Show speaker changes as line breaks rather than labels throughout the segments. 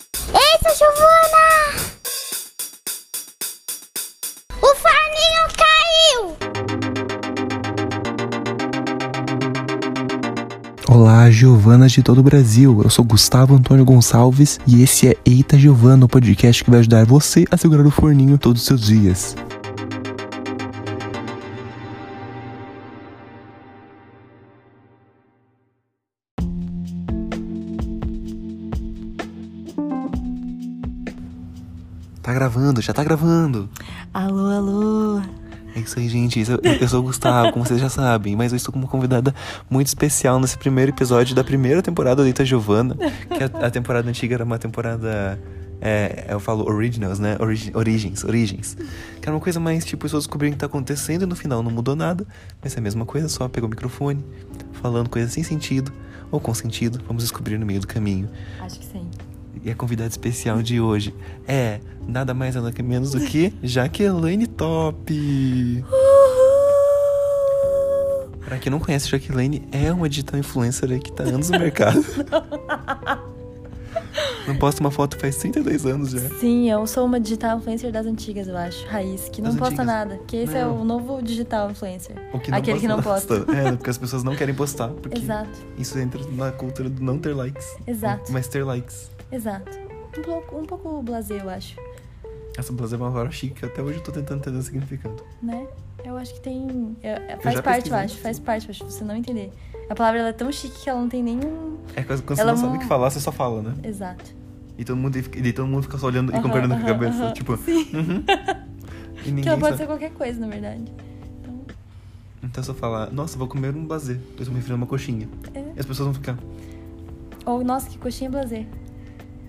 isso, Giovana! O farninho caiu!
Olá, Giovanas de todo o Brasil. Eu sou Gustavo Antônio Gonçalves e esse é Eita Giovana, o podcast que vai ajudar você a segurar o forninho todos os seus dias. Tá gravando, já tá gravando.
Alô, alô.
É isso aí, gente. Isso- Eu, eu sou o Gustavo, como vocês já sabem, mas eu estou com uma convidada muito especial nesse primeiro episódio da primeira temporada do Ita Giovana, que a, a temporada antiga era uma temporada. É, eu falo Originals, né? Origi- origens, Origens. Que era uma coisa mais tipo, pessoas descobrindo o que tá acontecendo e no final não mudou nada, mas é a mesma coisa, só pegou o microfone, falando coisas sem sentido ou com sentido, vamos descobrir no meio do caminho.
Acho que sim.
E a convidada especial de hoje é nada mais nada que menos do que Jaqueline Top. Pra quem não conhece, Jaqueline é uma digital influencer aí que tá anos no mercado. Não posta uma foto faz 32 anos já.
Sim, eu sou uma digital influencer das antigas, eu acho. Raiz, que não
Das
posta
antigas.
nada. Que esse é
Não.
o novo digital influencer.
O que
Aquele que não posta.
É, porque as pessoas não querem postar. Porque
Exato,
isso entra na cultura do não ter likes.
Exato.
Mas ter likes.
exato. Um pouco, um pouco blasé, eu acho,
Essa blusa é uma palavra chique que até hoje eu tô tentando entender o significado.
né? Eu acho que tem. é- é- faz
já
parte, eu
pesquisei.
acho. Faz parte, eu acho. Você não entender. A palavra ela é tão chique que ela não tem nenhum.
É quando você
Ela
não sabe
é
o que
uma-
falar, você só fala, né?
Exato.
E todo mundo, fica- e todo mundo fica só olhando e
Aham,
comparando com a
aham,
cabeça.
aham.
Tipo,
Sim.
uhum. E
Que
ninguém
ela Então, pode
sabe.
ser qualquer coisa, na verdade. Então,
Então se eu falar, nossa, vou comer um blazer. Eu tô me referindo a uma coxinha.
É.
E as pessoas vão ficar.
Ou, nossa, que coxinha blasé.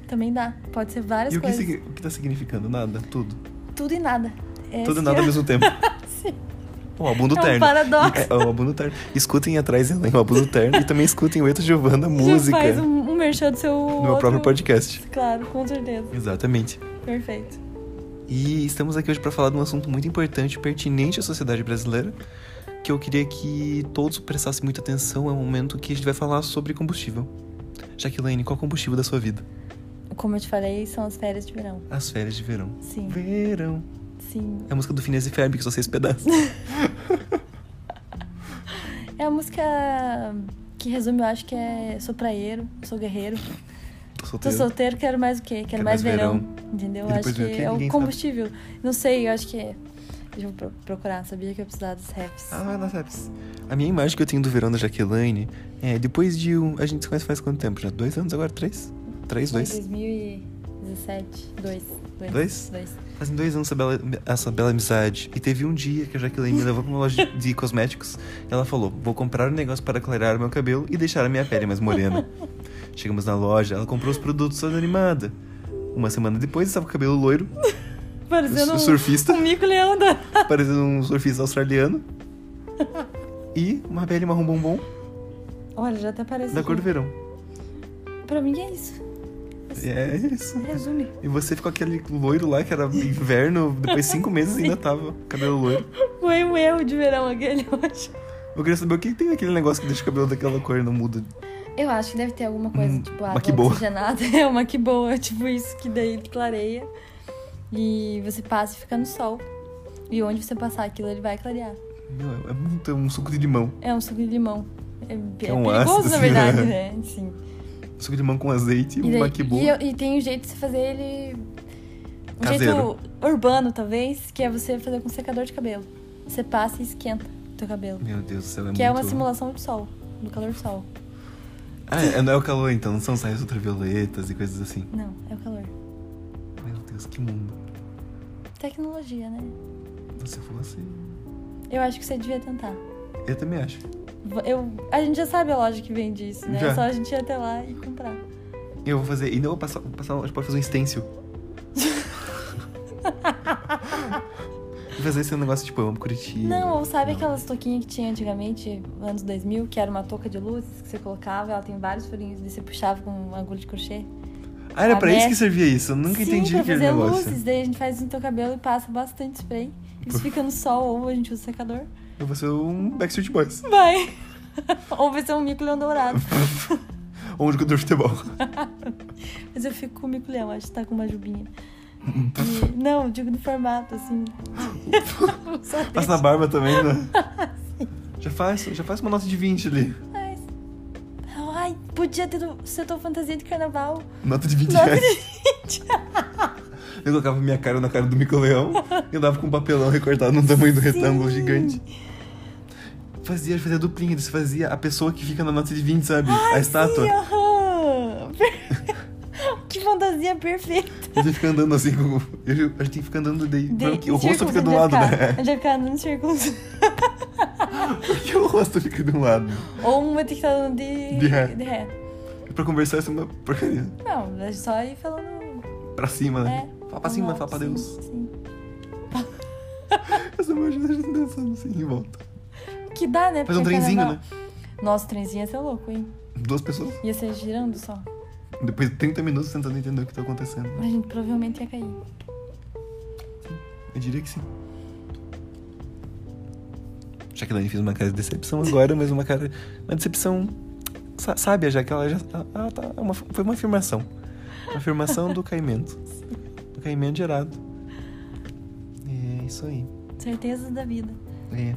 Também dá. Pode ser várias
e o que,
coisas.
signi- o que tá significando? Nada, tudo.
Tudo e nada. É
tudo e
esse-
nada ao mesmo tempo.
Sim.
O álbum do
É um
terno.
paradoxo.
É, o álbum do terno. Escutem atrás e o álbum do terno. E também escutem o Eto Giovanna
Já
Música.
faz um, um merchan do seu.
No meu próprio podcast.
Claro, com certeza.
Exatamente.
Perfeito.
E estamos aqui hoje para falar de um assunto muito importante, pertinente à sociedade brasileira, que eu queria que todos prestassem muita atenção. É o momento que a gente vai falar sobre combustível. Jaqueline, qual é o combustível da sua vida?
Como eu te falei, são as férias de verão.
As férias de verão.
Sim,
Verão.
sim.
É a música do Phineas e Ferb, que só seis pedaços.
É a música que resume, eu acho que é Sou praieiro, sou guerreiro.
Tô
Tô
solteiro.
solteiro, quero mais o quê? Quero, mais, verão. Entendeu?
E
Eu
depois
acho
vem o
que
quê?
é
Ninguém
o
sabe.
combustível. Não sei, eu acho que é. Deixa eu pro- procurar, sabia que eu precisava dos raps.
Ah, nossa, é ps- a minha imagem que eu tenho do verão da Jaqueline é depois de um. A gente se conhece faz quanto tempo? Já? Dois anos agora? Três? Três,
Foi
dois?
2017. Dois. Dois.
Dois?
Dois.
Fazem dois anos essa bela, essa bela amizade. E teve um dia que a Jaqueline me levou pra uma loja de, de cosméticos. E ela falou: Vou comprar um negócio para clarear meu cabelo e deixar a minha pele mais morena. Chegamos na loja, ela comprou os produtos toda animada. Uma semana depois, estava com o cabelo loiro,
Parecendo
su-
um,
surfista,
um mico leão da-
parecendo um surfista australiano. E uma pele marrom bombom
Olha, já até parece.
da cor do
que-
verão.
Pra mim é isso. Assim,
E É isso.
Resume.
E você ficou aquele loiro lá que era inverno, depois de cinco meses ainda tava cabelo loiro.
Foi um erro de verão aquele, eu acho.
Eu queria saber o que que tem aquele negócio que deixa o cabelo daquela cor e não muda
Eu acho que deve ter alguma coisa,
Hum,
tipo
uma
água
que boa.
oxigenada. É uma que boa, tipo isso, que daí ele clareia. E você passa e fica no sol. E onde você passar aquilo, ele vai clarear.
Meu, é muito é um suco de limão.
É um suco de limão. É, é
um
perigoso,
ácido,
na
assim,
verdade,
né?
né? Sim.
Suco de limão com azeite e um
daí-
uma que
e
boa.
eu- e tem um jeito de você fazer ele. Um
Caseiro.
jeito urbano, talvez, que é você fazer com secador de cabelo. Você passa e esquenta o teu cabelo.
Meu Deus do céu, é
Que é uma
muito-
simulação de sol, do calor do sol.
Ah, é, não é o calor então, não são saias ultravioletas e coisas assim.
Não, é o calor.
Meu Deus, que mundo.
Tecnologia, né?
Se eu fosse.
Eu acho que você devia tentar.
assim. Eu também acho.
V- Eu, a gente já sabe a loja que vende isso, né?
Já.
É só a gente ir até lá e comprar.
Eu vou fazer. E não vou passar. Vou passar a gente pode fazer um stencil. Vou fazer esse negócio tipo, eu amo Curitiba.
Não, ou sabe
Não.
aquelas touquinhas que tinha antigamente, anos 2000, que era uma touca de luzes que você colocava, ela tem vários furinhos, e você puxava com uma agulha de crochê?
Ah, era pra isso que
aberto.
servia isso. Eu nunca
É, né? Sim,
entendi
pra
aquele
fazer
negócio.
luzes, daí a gente faz no teu cabelo e passa bastante spray. Isso fica no sol, ou a gente usa secador.
Eu vou ser um Backstreet Boys.
Vai! ou vai ser um mico leão dourado.
Ou um jogador de futebol.
Mas eu fico com o mico-leão, acho que tá com uma jubinha. E- não, eu digo no formato, assim. Só
Mas
deixa.
na barba também, né? já, faz, já faz uma nota de 20 ali.
Ai, Ai, podia ter do- ser tua fantasia de carnaval.
Nota de 20
Nota
reais.
de gente.
Eu colocava minha cara na cara do Mico-Leão e andava com um papelão recortado no tamanho do retângulo
Sim.
gigante. Fazia, fazia duplinha, você fazia a pessoa que fica na nota de 20, sabe? a estátua.
Sim, aham. que fantasia perfeita.
Ele fica andando assim, com... ele- a gente tem que ficar andando daí.
De-
Porque
em
o rosto
círculos,
fica
a gente
de um
vai
lado,
ficar-
né?
A gente vai ficar andando em círculos.
Porque o rosto fica de um lado.
Ou uma tem que estar andando de...
De ré.
de ré.
E pra conversar, isso é uma porcaria.
Não, é só ir falando.
Pra cima,
É.
né? fala pra cima,
normal,
fala pra
sim,
Deus.
sim.
Eu só imagino a gente dançando assim em volta.
Que dá, né?
Faz um
Porque
trenzinho,
carnaval-
né?
Nossa, o trenzinho ia ser louco, hein?
Duas pessoas.
Ia ser girando só.
Depois de 30 minutos tentando entender o que tá acontecendo.
A gente provavelmente ia cair.
Eu diria que sim. Já que a Dani fez uma cara de decepção agora, mas uma cara. Uma decepção sa- sábia, já que ela já. Ela tá, é uma- foi uma afirmação. Uma afirmação do caimento. Do caimento gerado. E é isso aí.
Certezas da vida.
É.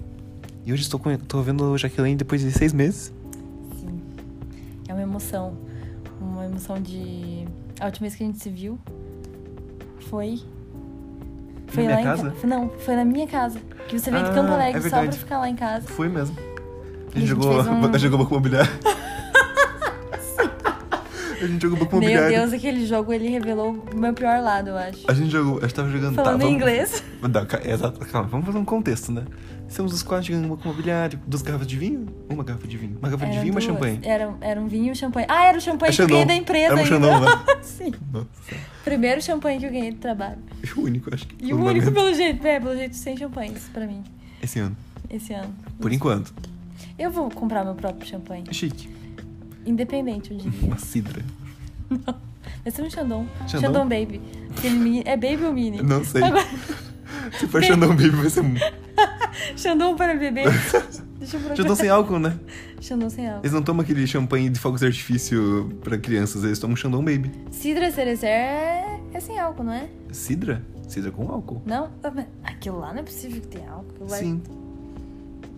E hoje estou com, tô vendo Jaqueline depois de seis meses.
Sim. É uma emoção. Uma emoção de. A última vez que a gente se viu foi. Foi
minha
lá
casa?
em casa. Não, foi na minha casa. Que você veio
Ah,
de Campo
é
Alegre só pra
verdade.
ficar lá em casa.
Foi mesmo. A
E a gente
gente jogou,
fez um-
a gente jogou banco imobiliário. a gente jogou banco
Meu
imobiliário.
Deus, aquele jogo ele revelou o meu pior lado, eu acho.
A gente jogou. A gente tava jogando. tá,
Falando em
vamos-
inglês.
Não, ca- exato, calma, vamos fazer um contexto, né? Somos os quatro jogando banco imobiliário, duas garrafas de vinho, uma garrafa de vinho, uma garrafa de
Eram
vinho e uma
É, duas.
champanhe.
Era, era um vinho e um champanhe. Ah, era o champanhe
É
que eu ganhei
Xandão.
da empresa
Era um
ainda.
Xandão, né?
Sim.
Nossa,
Primeiro champanhe que eu ganhei do trabalho.
e o único, acho que.
E
no
o único,
momento,
pelo jeito. É, pelo jeito, sem champanhes pra mim.
Esse ano.
Esse ano.
Por enquanto. É
Eu vou comprar meu próprio champanhe.
Chique.
Independente, eu diria.
Uma cidra.
Vai ser um Xandão.
Xandão?
Xandão, Baby. Aquele mini... É Baby ou Mini?
Não sei.
Agora,
Se for Xandão Baby, vai ser um.
Xandão para bebês. Deixa eu procurar.
Xandão sem álcool, né?
Xandão sem álcool.
Eles não tomam aquele champanhe de fogos de artifício pra crianças, eles tomam Xandão Baby.
Cidra Cerecer é... é sem álcool, não é?
Cidra? Cidra com álcool?
Não? Ah, mas Aquilo lá não é possível que tenha álcool. Aquilo lá é-
Sim.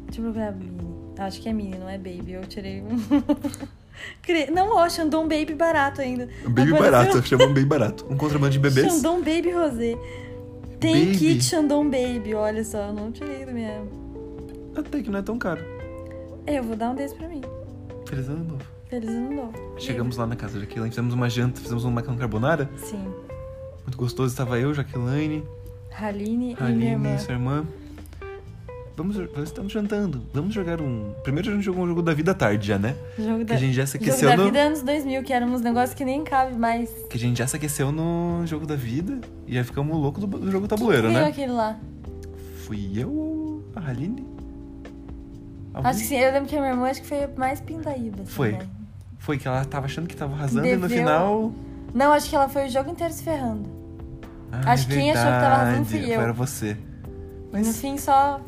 Deixa eu procurar Mini. Ah, Acho que é Mini, não é Baby. Eu tirei um... Cre- não, ó, Xandão Baby barato ainda.
Baby
Apareceu
barato, chamam Baby barato. Um contrabando de bebês.
Xandão Baby Rosé. Tem
Baby?
kit Xandão Baby, olha só. Eu não tirei do meu...
Até que não é tão caro.
Eu vou dar um desse pra mim.
Feliz ano novo.
Feliz ano novo.
Chegamos lá na casa da Jaqueline, fizemos uma janta, fizemos um macarrão carbonara.
Sim.
Muito gostoso, estava eu, Jaqueline,
Haline, e minha irmã.
Aline e sua irmã. Vamos, nós estamos jantando. Vamos jogar um. Primeiro a gente jogou um jogo da vida à tarde já, né?
Jogo
Que
da,
a gente já se
jogo
aqueceu
da
no.
vida é anos 2000, que eram uns negócios que nem cabe mais.
Que a gente já se aqueceu no jogo da vida e já ficamos loucos do, do jogo tabuleiro,
Ganhou
né?
aquele lá.
Fui eu ou a Aline? Alguém?
Acho que sim, eu lembro que a minha irmã acho que foi a mais pindaíba. assim,
Foi.
né?
Foi que ela tava achando que tava arrasando e no
Deveu.
final.
Não, acho que ela foi o jogo inteiro se ferrando.
Ah,
Acho
é
que quem achou que tava arrasando
verdade,
fui eu.
Era você.
No
Mas
fim, só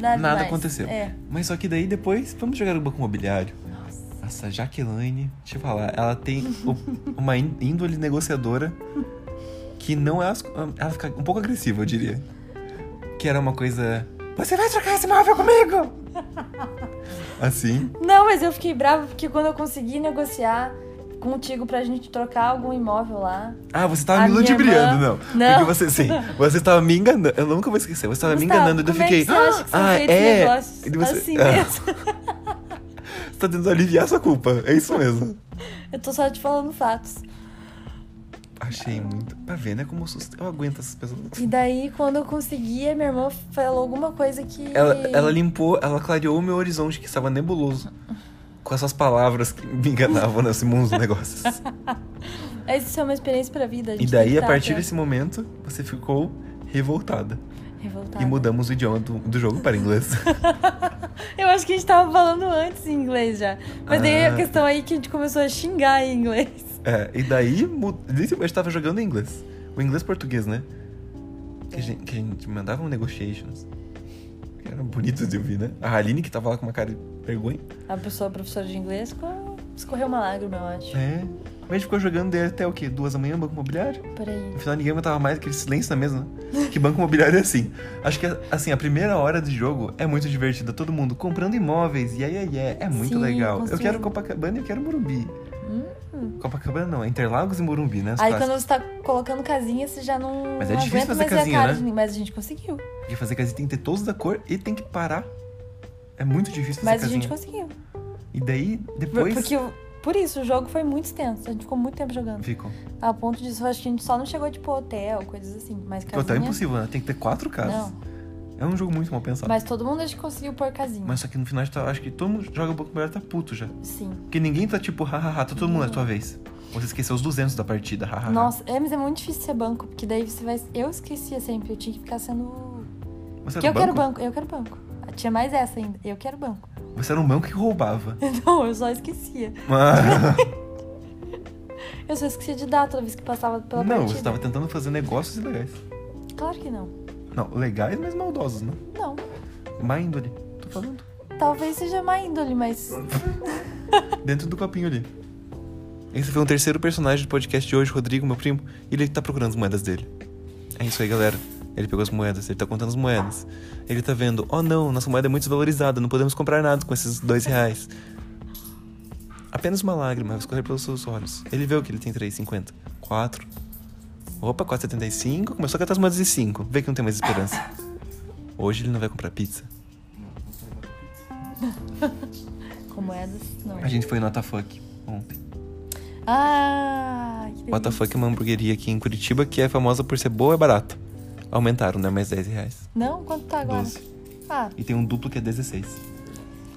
nada,
Nada
mais.
aconteceu.
É.
Mas só que daí depois, vamos jogar o banco imobiliário.
Nossa.
Nossa, a Jaqueline, deixa eu falar, ela tem o- uma ín- índole negociadora que não é. as- Ela fica um pouco agressiva, eu diria. Que era uma coisa. Você vai trocar esse móvel comigo? Assim.
Não, mas eu fiquei brava porque quando eu consegui negociar contigo pra gente trocar algum imóvel lá.
Ah, você tava
A
me
minha
ludibriando,
irmã-
não.
Não.
Porque você, sim, você tava me enganando. Eu nunca vou esquecer. Você tava Tá me
Gustavo,
enganando e eu
como é
fiquei.
que você acha que são
ah,
feitos
é.
negócios?
E você-
Assim
ah,
mesmo.
Você tá tentando aliviar sua culpa. É isso mesmo.
Eu tô só te falando fatos.
Achei muito. Pra ver, né? Como eu, sou- eu aguento essas pessoas.
E daí, quando eu consegui, a minha irmã falou alguma coisa que.
Ela, ela limpou, ela clareou o meu horizonte que estava nebuloso. Com essas palavras que me enganavam nesse mundo dos negócios.
Essa é uma experiência pra vida.
E daí,
tá
a partir desse momento, você ficou revoltada.
Revoltada.
E mudamos o idioma do, do jogo para inglês.
Eu acho que a gente tava falando antes em inglês já. Mas daí
Ah.
a questão aí que a gente começou a xingar em inglês.
É, e daí, mu- literalmente, eu estava jogando em inglês. O inglês português, né? Que a gente, que a gente mandava um negotiations. Que era bonito de ouvir, né? A Aline, que tava lá com uma cara de vergonha.
A pessoa professora de inglês com Escorreu uma lágrima, eu acho.
É. Mas a gente ficou jogando dele até o quê? Duas da manhã, banco imobiliário?
Peraí.
No final ninguém aguentava mais aquele silêncio na mesa. né? Que banco imobiliário é assim. Acho que assim, a primeira hora do jogo é muito divertida. Todo mundo comprando imóveis. E aí, aí, é. É muito
Sim,
legal. Eu
construindo.
quero Copacabana e eu quero Morumbi. Copacabana não, é Interlagos e Morumbi, né? Os
Aí
clássicos.
quando você tá colocando casinha, você já não,
Mas é
não
difícil
aguenta
fazer
mais ver
casinha,
a cara
né?
de ninguém. Mas a gente conseguiu.
Porque fazer casinha tem que ter todos da cor e tem que parar. É muito difícil fazer
Mas a
casinha.
gente conseguiu.
E daí,
Por-
depois.
Porque, o- por isso, o jogo foi muito extenso. A gente ficou muito tempo jogando.
Ficam.
A ponto disso, eu acho que a gente só não chegou, tipo, hotel, coisas assim. Mas
Porque hotel é
casinha...
impossível, né? Tem que ter quatro casas.
Não,
É um jogo muito mal pensado. Mas,
mas todo mundo acho que conseguiu pôr casinha.
só que no final, a gente tá- acho que todo mundo joga um pouco melhor tá puto já.
Sim.
Porque ninguém tá tipo, hahaha, tá todo mundo é tua vez. Você esqueceu os 200 da partida, hahaha.
Nossa, é, mas é muito difícil ser banco, porque daí você vai... Eu esquecia sempre, eu tinha que ficar sendo...
Você
Porque
era
eu
um
quero
banco?
banco, eu quero banco. Ah, Tinha mais essa ainda, eu quero banco.
Você era um banco que roubava.
Não, eu só esquecia.
Mas-
Eu só esquecia de dar toda vez que passava pela
não,
partida.
você tava tentando fazer negócios ilegais.
Claro que não.
Não, legais, mas maldosos, né?
Não.
Má índole. Tô falando.
Talvez seja má índole, mas...
Dentro do copinho ali. Esse foi um terceiro personagem do podcast de hoje, Rodrigo, meu primo. E ele tá procurando as moedas dele. É isso aí, galera. Ele pegou as moedas, ele tá contando as moedas. Ele tá vendo, oh não, nossa moeda é muito desvalorizada, não podemos comprar nada com esses dois reais. Apenas uma lágrima vai escorrer pelos seus olhos. Ele vê o que ele tem 3,50. 4. Opa, 4,75. Começou a catar as moedas de 5. Vê que não tem mais esperança. Hoje ele não vai comprar pizza.
Com moedas, é, não.
A gente foi no WTF ontem.
Ah, que delícia.
WTF é uma hamburgueria aqui em Curitiba que é famosa por ser boa e barata. Aumentaram, né? Mais 10 reais.
Não? Quanto tá agora?
12.
Ah,
E tem um duplo que é 16.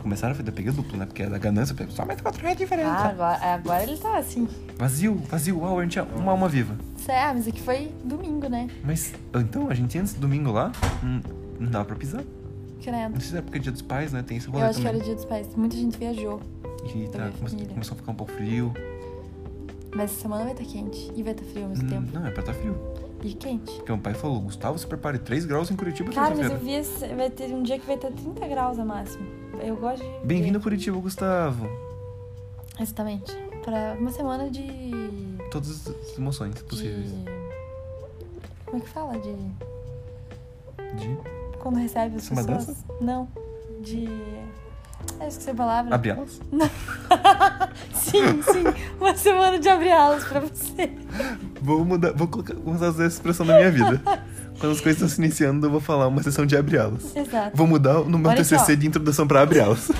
Começaram a fazer, eu peguei o duplo, né? Porque é da ganância, eu pego só mais 4 reais de diferença.
ah, agora, agora ele tá assim.
Vazio, vazio, uau, a gente é uma alma viva.
Isso é, ah, mas aqui foi domingo, né?
Mas, então, a gente antes domingo lá, hum, não dava pra pisar. Não
Credo.
sei se é porque é dia dos pais, né? Tem esse
Eu
rolê
acho que era
também.
dia dos pais. Muita gente viajou.
E
da
tá,
minha
come-
família.
começou a ficar um pouco frio.
Mas essa semana vai estar quente. E vai estar frio ao mesmo
Hum,
tempo.
Não, é pra tá frio.
E quente.
Porque meu pai falou, Gustavo, se prepare 3 graus em Curitiba
Cara, mas eu
terça-feira.
vi esse, vai ter um dia que vai estar 30 graus a máximo. Eu gosto de.
Bem-vindo a Curitiba, Gustavo.
Exatamente. Pra uma semana de.
Todas as emoções possíveis.
de... Como é que fala? De.
De...
Quando recebe as
Samba
pessoas? Não. De. é Eu esqueci a palavra.
Abre elas?
Sim, sim. Uma semana de abrir alas pra você.
Vou mudar, vou colocar, vou usar essa expressão na minha vida. Quando as coisas estão se iniciando, eu vou falar uma sessão de abre alas.
Exato.
Vou mudar no meu
Olha aqui,
TCC
ó.
de introdução pra abre alas.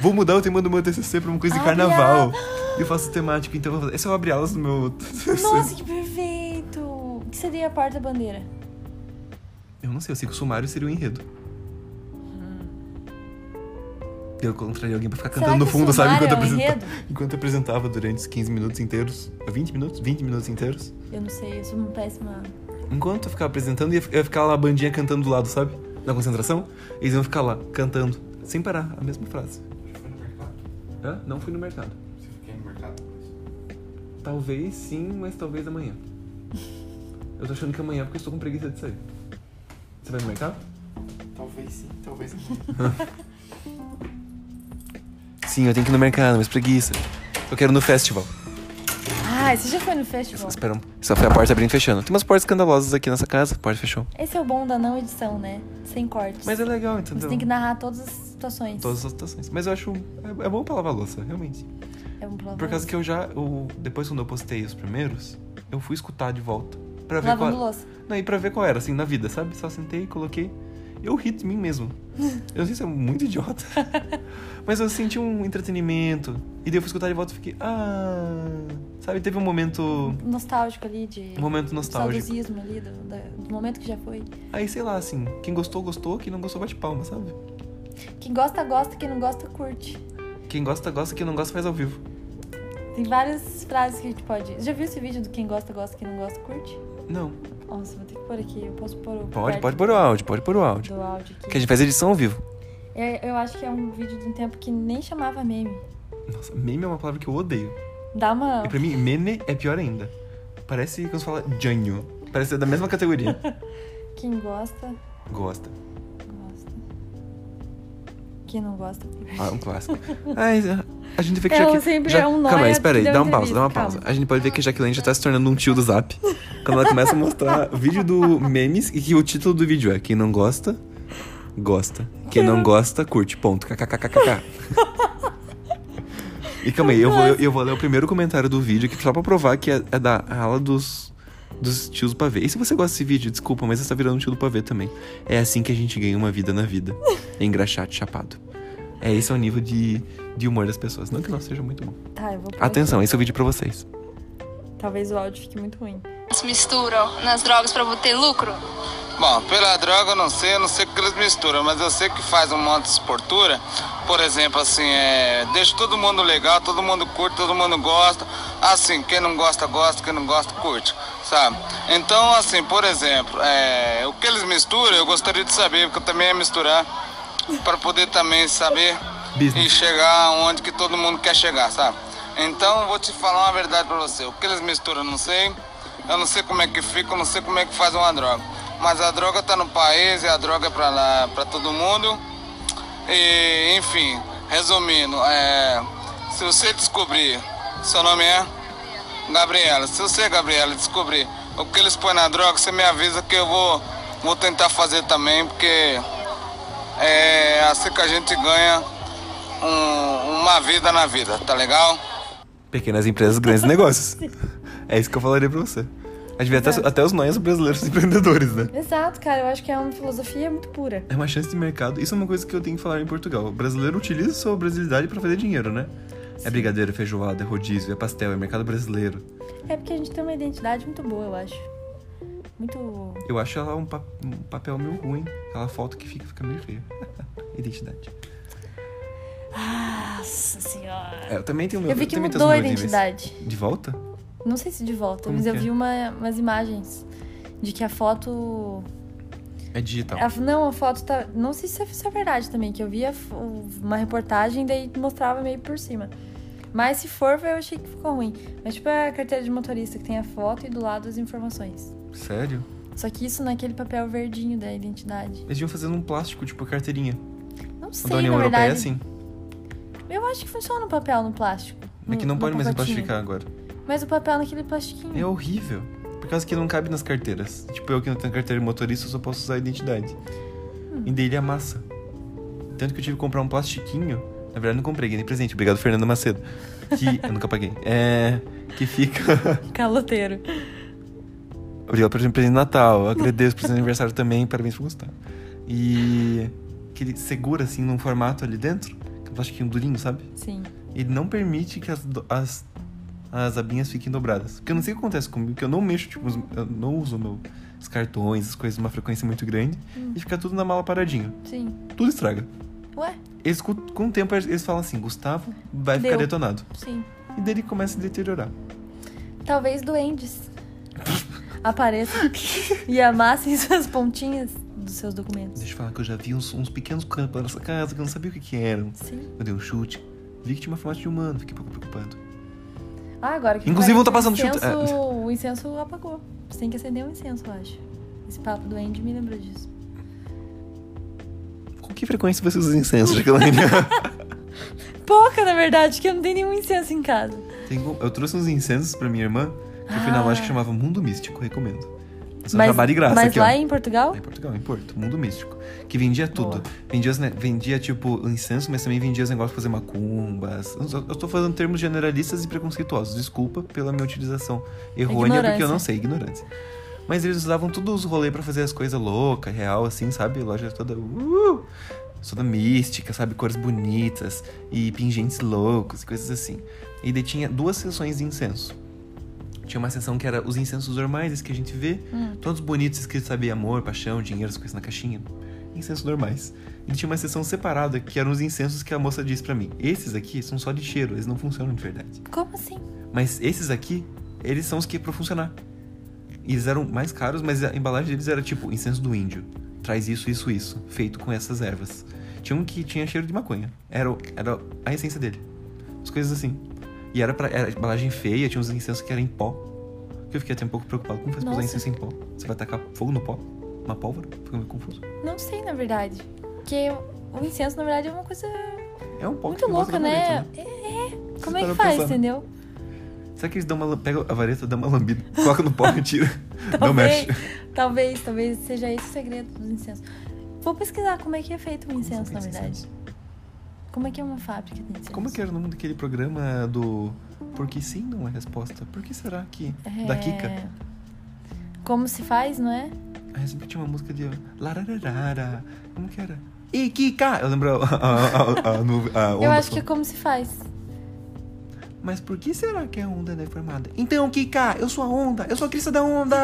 vou mudar o tema do meu TCC pra uma coisa de
Abre
carnaval.
alas.
Eu faço temático, então eu vou fazer. Esse é o abre alas do meu TCC.
Nossa, que perfeito! O que seria a porta-bandeira?
Eu não sei, eu sei que o sumário seria o enredo. Eu encontraria alguém pra ficar
Será
cantando no
que o
fundo, sabe?
sumário
Enquanto, eu
é um
apresenta-
enredo?
enquanto eu apresentava durante os 15 minutos inteiros. 20 minutos? 20 minutos inteiros.
Eu não sei, eu sou uma péssima.
Enquanto eu ficava apresentando, ia, ia ficar lá a bandinha cantando do lado, sabe? Na concentração. Eles iam ficar lá, cantando, sem parar, a mesma frase.
Foi no mercado?
Hã? Não fui no mercado.
Você quer ir no mercado? Mas...
Talvez sim, mas talvez amanhã. Eu tô achando que amanhã é porque eu estou com preguiça de sair. Você vai no mercado?
Talvez sim, talvez não.
Sim, eu tenho que ir no mercado, mas preguiça. Eu quero ir no festival.
Ah, você já foi no festival?
Espera um. Só foi a porta abrindo e fechando. Tem umas portas escandalosas aqui nessa casa, a porta fechou.
Esse é o bom da não edição, né? Sem cortes.
Mas é legal, entendeu?
Você tem que narrar todas as situações.
Todas as situações. Mas eu acho. É, é bom pra lavar louça, realmente.
É um problema.
Por causa que eu já. eu- depois quando eu postei os primeiros, eu fui escutar de volta. Pra ver
Lavando
qual.
louça.
Não, e pra ver qual era, assim, na vida, sabe? Só sentei, coloquei. Eu ri de mim mesmo. Eu não sei se é muito idiota. Mas eu senti um entretenimento. E daí eu fui escutar de volta e fiquei. Ah. Sabe, teve um momento.
Nostálgico ali de.
Um momento nostálgico.
Saudosismo ali do, da- do momento que já foi.
Aí, sei lá, assim, quem gostou, gostou, quem não gostou, bate palma, sabe?
Quem gosta, gosta. Quem não gosta, curte.
Quem gosta, gosta, quem não gosta, faz ao vivo.
Tem várias frases que a gente pode. Já viu esse vídeo do quem gosta, gosta, quem não gosta, curte?
Não.
Nossa, vou ter que pôr aqui. Eu posso pôr o.
Pode,
perto
pode pôr o áudio, pode pôr o áudio.
Do áudio aqui.
Que a gente faz edição ao vivo.
Eu, eu acho que é um vídeo de um tempo que nem chamava meme.
Nossa, meme é uma palavra que eu odeio.
Dá uma.
E pra mim, meme é pior ainda. Parece quando você fala Janho. Parece ser da mesma categoria.
Quem gosta,
Gosta.
gosta. Quem não gosta.
Ah, é um clássico. Mas, ah, A gente vê que
É,
Jaqueline.
sempre é um nó e
Calma aí,
a-
espera aí,
deu
dá uma pausa,
entrevista,
dá uma
calma.
pausa. A gente pode ver que a Jaqueline já tá se tornando um tio do zap. Quando ela começa a mostrar vídeo do memes e que o título do vídeo é Quem não gosta, gosta. Quem não gosta, curte. Ponto. KKKKK. E calma aí, eu vou, ler- eu vou ler o primeiro comentário do vídeo, que só pra provar que é, é da ala dos, dos tios do pavê. E se você gosta desse vídeo, desculpa, mas você tá virando um tio do pavê também. É assim que a gente ganha uma vida na vida. É engraxate, chapado. É, esse é o nível de, de humor das pessoas. Não que não seja muito bom.
Tá, eu vou pôr
Atenção, esse é o vídeo pra vocês.
aqui. Talvez o áudio fique muito ruim.
Eles misturam nas drogas pra ter lucro?
Bom, pela droga eu não sei, eu não sei o que eles misturam, mas eu sei que faz um monte de esportura. Por exemplo, assim, é, deixa todo mundo legal, todo mundo curte, todo mundo gosta. Assim, quem não gosta, gosta, quem não gosta, curte, sabe? Então, assim, por exemplo, é, o que eles misturam, eu gostaria de saber, porque eu também ia misturar, para poder também saber
Business.
e chegar onde que todo mundo quer chegar, sabe? Então, eu vou te falar uma verdade pra você. O que eles misturam, eu não sei. Eu não sei como é que fica, eu não sei como é que faz uma droga. Mas a droga tá no país e a droga é pra, lá, pra todo mundo. E, enfim, resumindo, é, se você descobrir, seu nome é? Gabriela. Se você, Gabriela, descobrir o que eles põem na droga, você me avisa que eu vou, vou tentar fazer também, porque é assim que a gente ganha um- uma vida na vida, tá legal?
Pequenas empresas, grandes negócios. É isso que eu falaria pra você. A gente vê até, até os nós brasileiros empreendedores, né?
Exato, cara. Eu acho que é uma filosofia muito pura.
É uma chance de mercado. Isso é uma coisa que eu tenho que falar em Portugal. O brasileiro utiliza sua brasilidade pra fazer dinheiro, né? É brigadeiro, é feijoada, é rodízio, é pastel, é mercado brasileiro.
É porque a gente tem uma identidade muito boa, eu acho. Muito.
Eu acho ela um, pa- um papel meio ruim. Aquela foto que fica, fica meio feia. Identidade.
Nossa senhora.
É, eu também tenho meu
assim, Eu vi que
também tenho
mudou
os
a
meus níveis.
identidade.
De volta?
Não sei se de volta,
Como
mas eu
que é?
vi uma- umas imagens de que a foto.
É digital.
a- não, a foto tá. Não sei se é, se é verdade também, que eu vi a fo- uma reportagem daí mostrava meio por cima. Mas se for, eu achei que ficou ruim. Mas tipo é a carteira de motorista que tem a foto e do lado as informações.
Sério?
Só que isso naquele papel verdinho da identidade.
Eles iam fazendo um plástico, tipo carteirinha.
Não
A
sei,
da União
na
Europeia é
verdade.
assim.
Eu acho que funciona o papel no plástico.
É que
no-
não
no
pode mais
pacotinho.
plastificar agora.
Mas o papel naquele
É
plastiquinho.
horrível. Por causa que não cabe nas carteiras. Tipo, eu que não tenho carteira de motorista, eu só posso usar a identidade. E dele é massa. Tanto que eu tive que comprar um plastiquinho. Na verdade, não comprei, ganhei presente. Obrigado, Fernando Macedo. Que eu nunca paguei. É. Que fica.
Caloteiro.
Obrigado pelo presente de Natal. Eu agradeço pelo aniversário também. Parabéns pro Gustavo. E. Que ele segura, assim, num formato ali dentro. que é Um plastiquinho durinho, sabe?
Sim.
ele não permite que as, do- as, as abinhas fiquem dobradas. Porque eu não sei o que acontece comigo, que eu não mexo, tipo, os- eu não uso meu- os cartões, as coisas numa frequência muito grande, e fica tudo na mala paradinho.
Sim.
Tudo estraga.
Ué?
Eles, com, com o tempo, eles falam assim, Gustavo vai ficar
Deu.
detonado.
Sim.
E daí ele começa a deteriorar.
Talvez duendes apareçam e amassem suas pontinhas dos seus documentos.
Deixa eu falar que eu já vi uns, uns pequenos campos pela nossa casa que eu não sabia o que que eram.
Sim.
Eu dei um chute, vi que tinha uma formato de humano, fiquei um pouco preocupado.
Ah, agora que
Inclusive,
vai-
vão tá passando
o
chute-
incenso,
é.
O incenso apagou. Você tem que acender o incenso, eu acho. Esse papo do Andy me lembra disso.
Com que frequência você usa incenso, Jaqueline?
Pouca, na verdade, que eu não tenho nenhum incenso em casa.
Tem como- Eu trouxe uns incensos pra minha irmã, que eu fui na
Ah.
loja que chamava Mundo Místico, recomendo. Essa é um jabá de graça
mas
aqui,
lá
ó.
em Portugal?
É Em Portugal, em Porto, Mundo Místico. Que vendia tudo.
Boa.
Vendia, os ne- vendia, tipo, incenso, mas também vendia os negócios pra fazer macumbas. Eu eu tô falando termos generalistas e preconceituosos. Desculpa pela minha utilização errônea, porque eu
Ignorância.
não sei, ignorância. Mas eles usavam todos os rolês pra fazer as coisas loucas, real, assim, sabe? Loja toda. Uh, toda mística, sabe? Cores bonitas e pingentes loucos e coisas assim. E daí tinha duas sessões de incenso. Tinha uma sessão que era os incensos normais, esse que a gente vê, todos bonitos, escrito, sabe, amor, paixão, dinheiro, as coisas na caixinha. Incensos normais. E tinha uma sessão separada que eram os incensos que a moça disse pra mim. Esses aqui são só de cheiro, eles não funcionam de verdade.
Como assim?
Mas esses aqui, eles são os que é pra funcionar. E eles eram mais caros, mas a embalagem deles era tipo incenso do índio. Traz isso, isso, isso. Feito com essas ervas. Tinha um que tinha cheiro de maconha. Era, o- era a essência dele. As coisas assim. E era, pra, era embalagem feia, tinha uns incensos que eram em pó. Que eu fiquei até um pouco preocupado. Como faz pra usar
Nossa.
incenso em pó? Você vai tacar fogo no pó? Uma pólvora? Fica meio confuso.
Não sei, na verdade. Porque o incenso, na verdade, é uma coisa
É um pó
muito
que
louca,
gosta da
né?
boleta,
É, Como é que
parou
faz,
pensando.
entendeu?
Será que eles dão uma. lam- Pega a vareta, dá uma lambida, coloca no pau e tira. Não mexe.
Talvez, talvez seja esse o segredo dos incensos. Vou pesquisar como é que é feito um incenso, na verdade. Como é que é uma fábrica de incenso?
Como é que era o nome daquele programa do. Porque sim não é resposta. Por que será que. é?
É.
Da Kika?
Como se faz, não é?
Aí sempre tinha uma música de. Larararara. Como que era? E Kika! Eu lembro a, a, a, a, nu- a onda.
Eu acho que é
falando.
como se faz.
Mas por que será que a onda não é formada? Então, Kika, eu sou a onda, eu sou a crista da onda!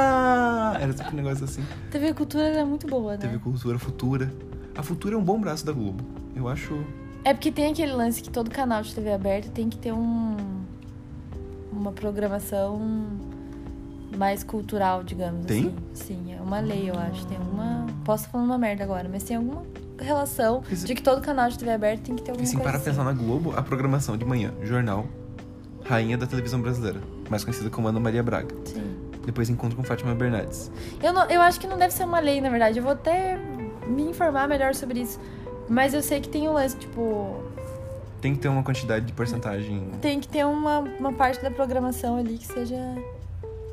Era sempre um negócio assim.
TV Cultura era muito boa, né?
TV Cultura Futura. A Futura é um bom braço da Globo. Eu acho.
É porque tem aquele lance que todo canal de TV aberta tem que ter um uma programação mais cultural, digamos
Tem?
assim. Sim, é uma lei, eu acho. Tem alguma. Posso falar uma merda agora, mas tem alguma relação
Porque se-
de que todo canal de TV aberta tem que ter
Porque
alguma
assim, para
coisa.
pensar na Globo, a programação de manhã, jornal, rainha da televisão brasileira, mais conhecida como Ana Maria Braga.
assim. Sim.
Depois encontro com Fátima Bernardes.
Eu, não- eu acho que não deve ser uma lei, na verdade. Eu vou até me informar melhor sobre isso. Mas eu sei que tem um lance, tipo,
Tem que ter uma quantidade de porcentagem.
tem que ter uma, uma parte da programação ali que seja.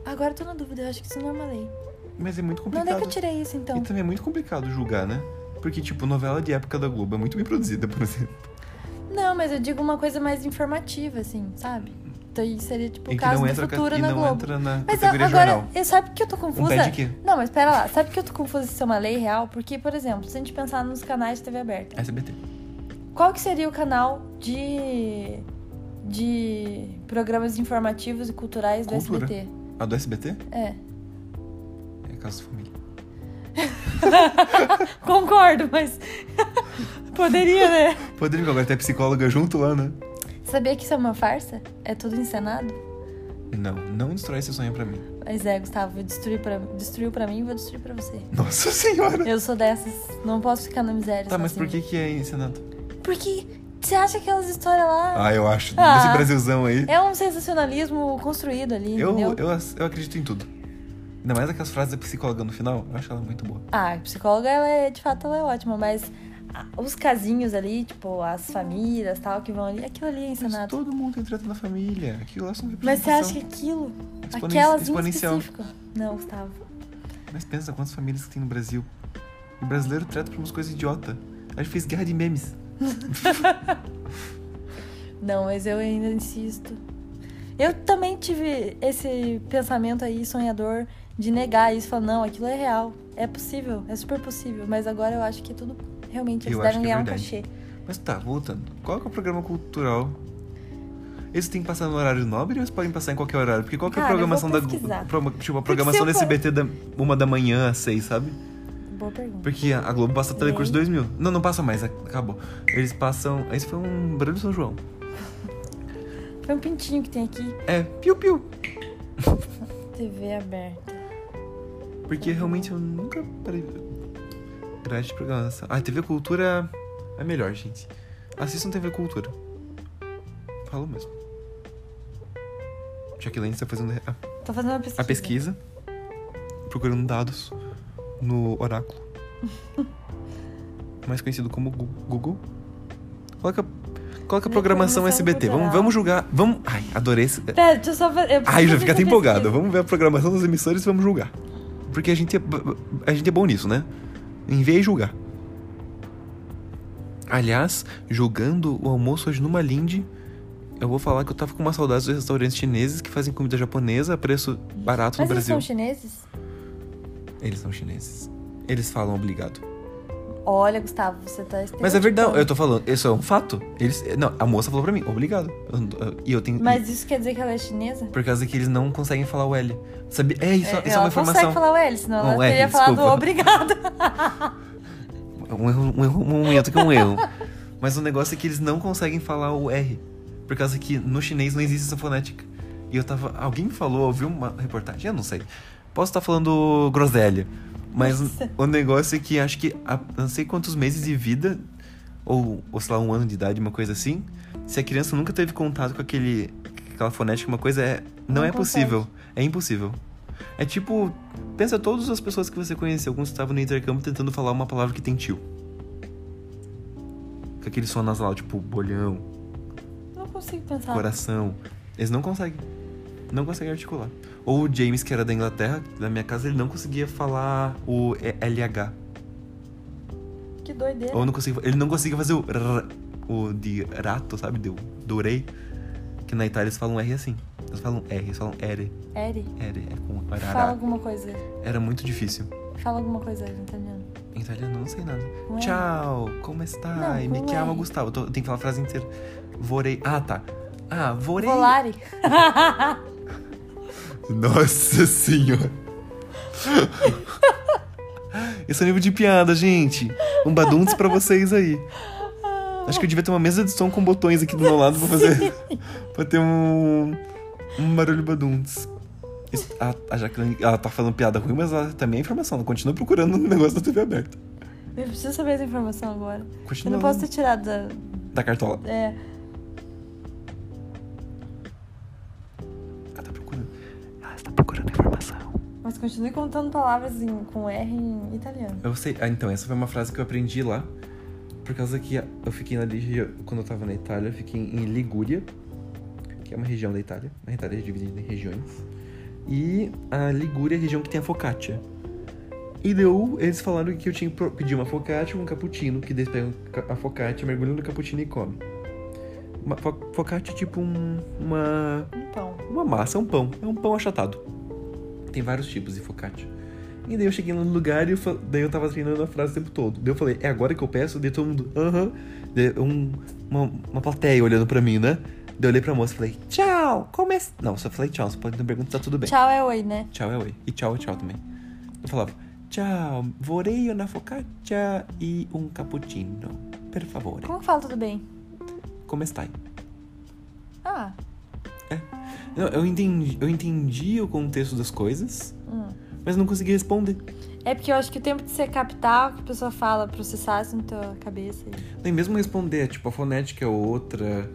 Agora eu tô na dúvida, eu acho que isso não é uma lei.
Mas é muito
Não
complicado.
é que eu tirei isso então.
E também é muito complicado julgar, né? Porque, tipo, novela de época da Globo é muito bem produzida, por exemplo.
Não, mas eu digo uma coisa mais informativa, assim, sabe? Então isso seria tipo
e
o
que
caso
não
do
entra, ca-
futuro
e
na
não
Globo.
entra na
mas
categoria
agora,
jornal. Um
eu- sabe por que eu tô confusa?
pé de quê?
Não, mas pera lá. Sabe por que eu tô confusa se isso é uma lei real? Porque, por exemplo, se a gente pensar nos canais de TV aberta,
SBT.
qual que seria o canal de de programas informativos e culturais do
Cultura.
SBT?
A do SBT?
É.
É Casa Família.
Concordo, mas poderia, né?
Poderia agora ter psicóloga junto lá, né?
Sabia que isso é uma farsa? É tudo encenado?
Não, não destrói esse sonho pra mim.
Mas é, Gustavo, destruiu pra, destruiu pra mim, vou destruir pra você.
Nossa senhora!
Eu sou dessas, não posso ficar na miséria.
Tá, mas por
sozinha.
que que é ensinado?
Porque você acha aquelas histórias lá.
Ah, eu acho.
Ah.
Esse Brasilzão aí.
É um sensacionalismo construído ali,
Eu,
entendeu?
eu, ac- eu acredito em tudo. Ainda mais aquelas frases da psicóloga no final, eu acho ela muito boa.
Ah, a psicóloga, ela é, de fato, ela é ótima, mas a- os casinhos ali, tipo, as famílias tal, que vão ali, aquilo ali é
Mas
ensinado.
todo mundo tem treta na família. Aquilo lá são
Mas você acha que
representação.
aquilo,
Exponen-
aquelas em
exponencial.
específico. Não, Gustavo.
Mas pensa quantas famílias que tem no Brasil. E brasileiro trata por umas coisas idiota. A gente fez guerra de memes.
Não, mas eu ainda insisto. Eu também tive esse pensamento aí sonhador de negar isso, falar, não, aquilo é real, é possível, é super possível, mas agora eu acho que é tudo realmente eles
Eu acho
devem
que é
ganhar um
verdade.
cachê.
Mas tá, voltando. Qual que é o programa cultural? Eles têm que passar no horário nobre ou eles podem passar em qualquer horário? Porque qual que é a
Cara, eu
programação
vou
da.
pesquisar.
pro- Tipo, a
Porque
programação
se eu
da
for-
SBT da uma da manhã às seis, sabe?
Boa pergunta.
Porque a Globo passa Telecurso 2000. Não, não passa mais, é- acabou. Eles passam. Esse foi um Brando São João.
Foi um pintinho que tem aqui,
É, piu-piu.
TV aberta.
Porque realmente eu nunca parei. Grade de programação. Ah, TV Cultura é melhor, gente. Assistam TV Cultura. Falo mesmo. Jaqueline está fazendo a,
Tô fazendo uma pesquisa.
a pesquisa, procurando dados no Oráculo, mais conhecido como Gu- Google. Coloca, coloca
Programação
programação SBT. Vamos,
cultural.
vamos julgar. Vamos. Ai, adorei esse.
Pera, deixa eu só fazer... eu
Ai,
preciso
já
fazer
fica até
essa
empolgado.
pesquisa.
Vamos ver a programação dos emissores e vamos julgar. Porque a gente é, a gente é bom nisso, né? Em ver e julgar. Aliás, julgando o almoço hoje numa Linde, eu vou falar que eu tava com uma saudade dos restaurantes chineses que fazem comida japonesa a preço barato
Mas
no
eles
Brasil.
são chineses?
Eles são chineses. Eles falam obrigado.
Olha, Gustavo, você tá
Mas é verdade, eu
estereotipando.
tô falando, isso é um fato. Eles, não, a moça falou pra mim, obrigado. Eu não- E eu tenho
Mas isso quer dizer que ela é chinesa?
por causa que eles não conseguem falar o L. Sabe? É isso,
É,
isso é uma
ela
informação.
consegue falar o L, senão ela
Não, R,
teria falado
desculpa.
obrigado.
Um erro, um erro, um momento que é um erro. Mas o negócio é que eles não conseguem falar o R. Por causa que no chinês não existe essa fonética. E eu tava. Alguém me falou, ouviu uma reportagem? Eu não sei. Posso estar falando groselha. Mas o negócio é que acho que há não sei quantos meses de vida, ou, ou sei lá, um ano de idade, uma coisa assim, se a criança nunca teve contato com aquele, aquela fonética, uma coisa é. Não,
Não
é
consegue.
possível. É impossível. É tipo. Pensa todas as pessoas que você conheceu quando estava no intercâmbio tentando falar uma palavra que tem tio. Com aquele som nasal, tipo, bolhão.
Não consigo pensar.
coração. Eles não conseguem. Não conseguem articular. Ou o James, que era da Inglaterra, da minha casa, ele não conseguia falar o E- LH.
Que doideira.
Ou não conseguia, ele não conseguia fazer o R, o de rato, sabe? Do, do rei. Que na Itália eles falam R assim. Eles falam R, eles falam R.
Eri,
R, é com
fala
arará.
alguma coisa.
Era muito difícil.
Fala alguma coisa em italiano.
Em italiano, não sei nada.
Ué.
Tchau, como está?
Não,
Me
ué.
chiamo Gustavo. Eu tô- eu tenho que falar a frase inteira. Vorei. Ah, tá. Ah, vorei.
Volare.
Nossa senhora. Esse é o nível de piada, gente. Um baduntz pra vocês aí. Acho que eu devia ter uma mesa de som com botões aqui do meu lado pra fazer. pra ter um. Um barulho baduntz. Isso- A, a Jacqueline, ela tá falando piada ruim, mas ela também é informação. Ela continua procurando no negócio da TV aberta.
Eu preciso saber essa informação agora. Eu
Continua
não posso ter tirado da.
da cartola.
É.
Ela tá procurando. Ela está procurando informação.
Mas continue contando palavras em- com R em italiano.
Eu sei. Ah, então, essa foi uma frase que eu aprendi lá. Por causa que eu fiquei na região. Quando eu tava na Itália, eu fiquei em Ligúria, que é uma região da Itália. A Itália é dividida em regiões. E a Ligúria é a região que tem a focaccia. E deu, eles falaram que eu tinha que pro- pedir uma focaccia com um cappuccino, que eles pegam ca- a focaccia, mergulham no cappuccino e comem. Uma fo- focaccia é tipo um- uma
Um pão.
uma massa, é um pão. É um pão achatado. Tem vários tipos de focaccia. E daí eu cheguei lá no lugar e eu fa- daí eu tava treinando a frase o tempo todo. Daí eu falei, é agora que eu peço? Daí todo mundo, aham. Daí um- uma, uma plateia olhando pra mim, né? Daí eu olhei pra moça e falei, tchau, como é... s-?" Não, só falei tchau, você pode não perguntar, tá tudo bem.
Tchau é oi, né?
Tchau é oi. E tchau é tchau também. Eu falava, tchau, vorrei una focaccia e um cappuccino, per favore.
Como que fala tudo bem?
Come stai?
Ah,
Não, eu entendi, eu entendi o contexto das coisas,
Hum.
mas não consegui responder.
é porque eu acho que o tempo de ser capital, que a pessoa fala, processar isso na tua cabeça. e-
Nem mesmo responder, tipo, a fonética é outra.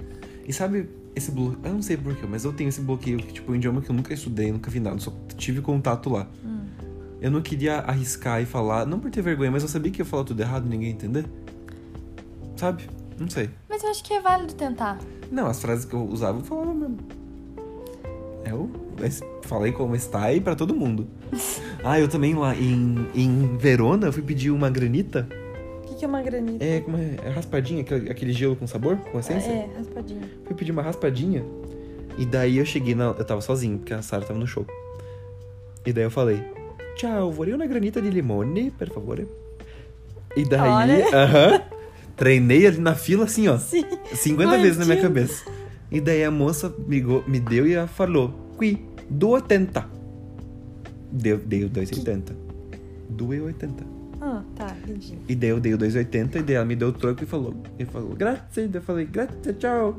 E sabe esse bloqueio? Eu não sei porquê, mas eu tenho esse bloqueio que, tipo, é um idioma que eu nunca estudei, nunca vi nada, só tive contato lá. Eu não queria arriscar e falar, não por ter vergonha, mas eu sabia que ia falar tudo errado e ninguém ia entender. Sabe? Não sei.
Mas eu acho que é válido tentar.
Não, as frases que eu usava eu falava mesmo. Eu es- falei como está e pra todo mundo. ah, eu também lá em, em Verona, eu fui pedir uma granita.
O que, que é uma granita?
É, como é? é raspadinha, aquele, aquele gelo com sabor, com essência.
é raspadinho.
Fui pedir uma raspadinha. E daí eu cheguei na. Eu tava sozinho, porque a Sara tava no show. E daí eu falei: Tchau, vorrei una granita de limone, per favore. E daí.
Olha.
Aham. treinei ali na fila assim, ó.
Sim.
50 vezes na minha
Imagina.
cabeça. E daí a moça me, go- me deu e ela falou: Qui, 280. Deu, deu 280. 280.
Ah, tá, entendi.
E daí eu dei o 2,80 e daí ela me deu o troco e falou. E falou, grazie. Daí eu falei, grazie, tchau.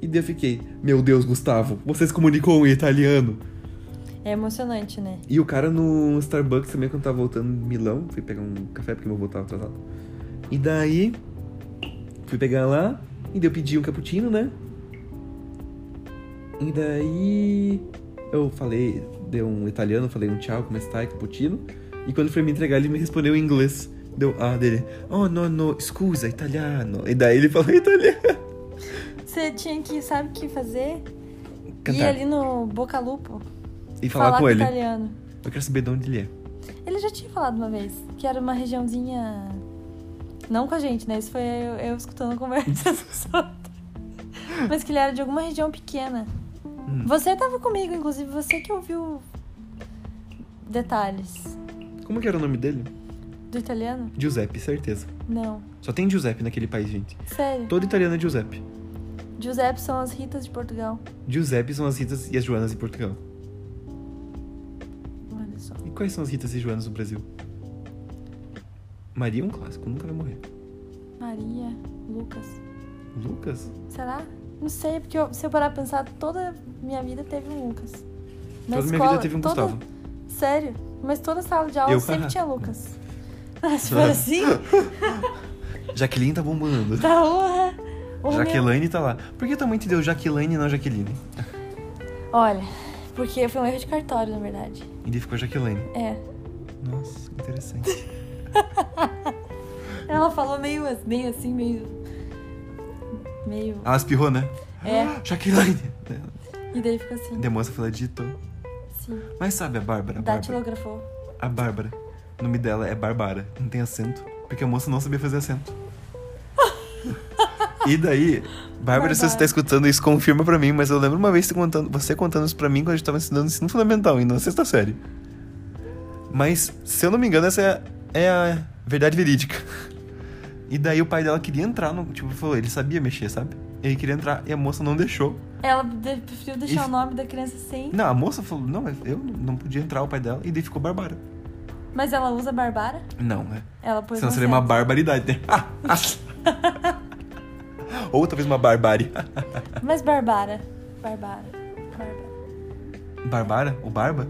E daí eu fiquei, meu Deus, Gustavo, você se comunicou em italiano.
É emocionante, né?
E o cara no Starbucks também, quando tava voltando de Milão, fui pegar um café porque meu voo tava atrasado. E daí, fui pegar lá, e daí eu pedi um cappuccino, né? E daí, eu falei, deu um italiano, falei um tchau, como está, cappuccino. E quando foi me entregar, ele me respondeu em inglês. Deu ah dele, oh no no, scusa, italiano. E daí ele falou italiano.
Você tinha que, sabe o que fazer? Ir
Cantar.
ali no Boca Lupo.
E falar, com ele.
italiano.
Eu quero saber de onde ele é.
Ele já tinha falado uma vez, que era uma regiãozinha... Não com a gente, né? Isso foi eu, eu escutando conversas dos outros. Mas que ele era de alguma região pequena.
Hum.
Você tava comigo, inclusive. Você que ouviu detalhes
Como que era o nome dele?
do italiano?
Giuseppe, certeza.
Não.
Só tem Giuseppe naquele país, gente.
Sério.
Todo italiano é Giuseppe.
Giuseppe são as Ritas de Portugal.
Giuseppe são as Ritas e as Joanas em Portugal.
Olha só.
E quais são as Ritas e Joanas no Brasil? Maria é um clássico, nunca vai morrer.
Maria, Lucas.
Lucas?
Será? Não sei, porque eu- se eu parar pra pensar, toda minha vida teve um Lucas. Na escola,
Toda minha vida teve um
toda-
Gustavo.
Sério? Mas toda sala de aula
Eu,
sempre
haha.
tinha Lucas. Ah, se for assim,
Jaqueline tá bombando.
tá honra. Ô, meu-
Jaqueline tá lá. Por que tua mãe te deu Jaqueline e não Jaqueline?
Olha, porque foi um erro de cartório, na verdade.
E daí ficou Jaqueline.
É.
Nossa, interessante.
Ela falou meio, as- meio assim, meio. Meio.
Ela espirrou, né?
É.
Jaqueline! Ah.
E daí ficou assim.
Demonstra fila digitou.
Sim.
Mas sabe a Bárbara? A Bárbara,
Datilografou.
a Bárbara. O nome dela é Bárbara. Não tem acento. Porque a moça não sabia fazer acento. e daí, Bárbara, se você tá
Bárbara.
escutando isso, confirma pra mim. Mas eu lembro uma vez você contando, você contando isso pra mim quando a gente tava ensinando ensino fundamental, ainda na sexta série. Mas, se eu não me engano, essa é a, é a verdade verídica. E daí o pai dela queria entrar no. Tipo, falou, ele sabia mexer, sabe? Ele queria entrar e a moça não deixou.
Ela de- preferiu deixar
Isso.
o nome da criança sem,
Não, a moça falou, não, eu não podia entrar o pai dela. E daí ficou Bárbara.
mas ela usa Barbara.
Não, né?
Ela pôs
Senão
um
seria
certo.
uma barbaridade, né? Ou talvez uma barbárie.
Mas Barbara. Barbara. Barbara.
Barbara, o Barba,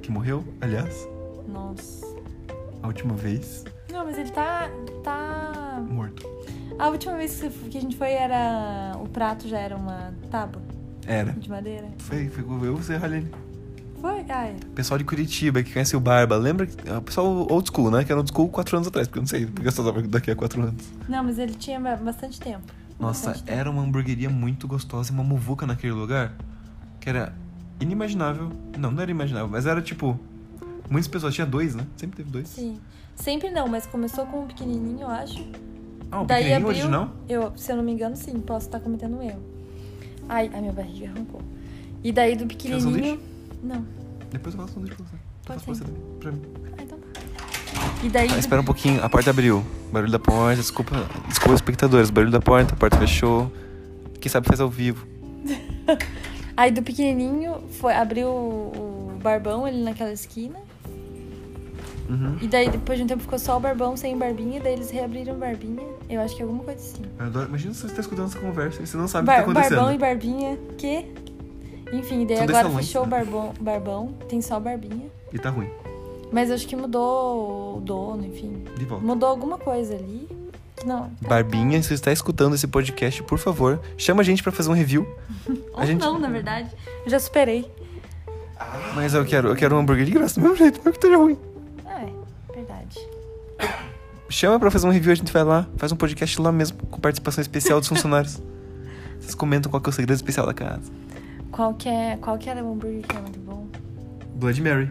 que morreu, aliás,
Nossa.
a última vez,
Não, mas ele tá. tá.
morto.
A última vez que você- que a gente foi era. O prato já era uma tábua
Era.
de madeira.
Foi, ficou eu, você e a Haline.
Foi? Ai.
Pessoal de Curitiba que conhece o Barba, lembra? que- O pessoal old school, né? Que era old school quatro anos atrás, porque eu não sei, porque eu só tava daqui a quatro anos.
Não, mas ele tinha ba- bastante tempo.
Nossa,
Bastante tempo.
era uma hamburgueria muito gostosa, uma muvuca naquele lugar, que era inimaginável. Não, não era imaginável, mas era tipo. Muitas pessoas, tinha dois, né? Sempre teve dois.
Sim. Sempre não, mas começou com um pequenininho, eu acho.
Ah, o
Daí
pequenininho
abriu-
original?
Eu, se eu não me engano, sim, posso estar cometendo um erro. Ai, a minha barriga arrancou. E daí
um
do pequenininho. Não.
Depois eu faço um pra você.
Pode
Depois
ser.
eu faço pra você pra mim.
Ah, então tá. E daí.
Tá, espera um pouquinho. A porta abriu. Barulho da porta. Desculpa, desculpa espectadores. Barulho da porta. A porta fechou. Quem sabe faz ao vivo.
Aí do pequenininho foi, abriu o o barbão ali naquela esquina.
Uhum.
E daí depois de um tempo ficou só o barbão sem barbinha. Daí eles reabriram barbinha. Eu acho que alguma coisa assim.
Eu adoro. Imagina se você tá escutando essa conversa e você não sabe o
Bar-
que tá acontecendo.
barbão e barbinha. Que? Enfim, daí
São dois
agora
salões,
fechou o
né?
barbão, barbão. Tem só barbinha.
E tá ruim.
Mas acho que mudou o dono, enfim.
De volta.
Mudou alguma coisa ali. que Não.
Barbinha, se você está escutando esse podcast, por favor, chama a gente pra fazer um review.
Ou
A gente-
não, na verdade. Eu já superei.
Mas eu quero, eu quero um hambúrguer de graça do mesmo jeito, mesmo que esteja ruim.
Ah, é. Verdade.
Chama pra fazer um review, a gente vai lá, faz um podcast lá mesmo, com participação especial dos funcionários. Vocês comentam qual que é o segredo especial da casa.
Qual que, é, qual que era o hambúrguer que era muito bom?
Blood Mary.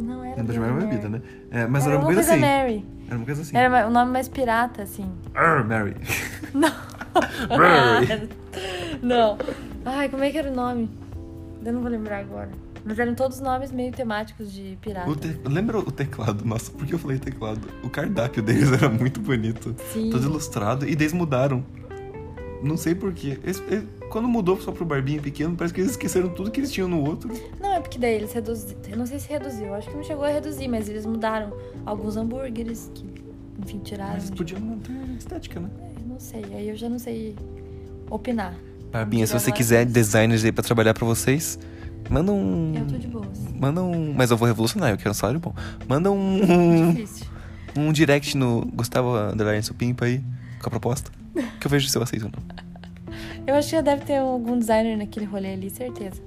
Não era.
Não,
Bloody
Blood Mary é uma
Mary.
bebida, né? É, mas
era
era uma coisa, assim.
Mary.
Era uma coisa assim.
Era ma- o nome mais pirata, assim.
Arr, Mary.
Não.
Mary.
não. Ai, como é que era o nome? Eu não vou lembrar agora. Mas eram todos nomes meio temáticos de pirata.
O te- Lembra o teclado? Nossa, por que eu falei teclado? O cardápio deles era muito bonito.
Sim.
Todo ilustrado. E eles mudaram. Não sei porquê. Quando mudou só pro Barbinha pequeno, parece que eles esqueceram tudo que eles tinham no outro.
Não, é porque daí eles reduziram. Eu não sei se reduziu, acho que não chegou a reduzir, mas eles mudaram alguns hambúrgueres que, enfim, tiraram.
Mas eles
de-
podiam manter a estética, né?
Eu não sei, aí eu já não sei opinar.
Barbinha, se
Tirar
você
lá.
quiser designers aí pra trabalhar pra vocês, manda um.
Eu tô de boas.
Manda um. Mas eu vou revolucionar, eu quero um salário bom. Manda um.
Difícil.
um direct no Gustavo Underline Supimpa aí, com a proposta. Que eu vejo se eu aceito ou não.
Eu acho que já deve ter algum designer naquele rolê ali, certeza.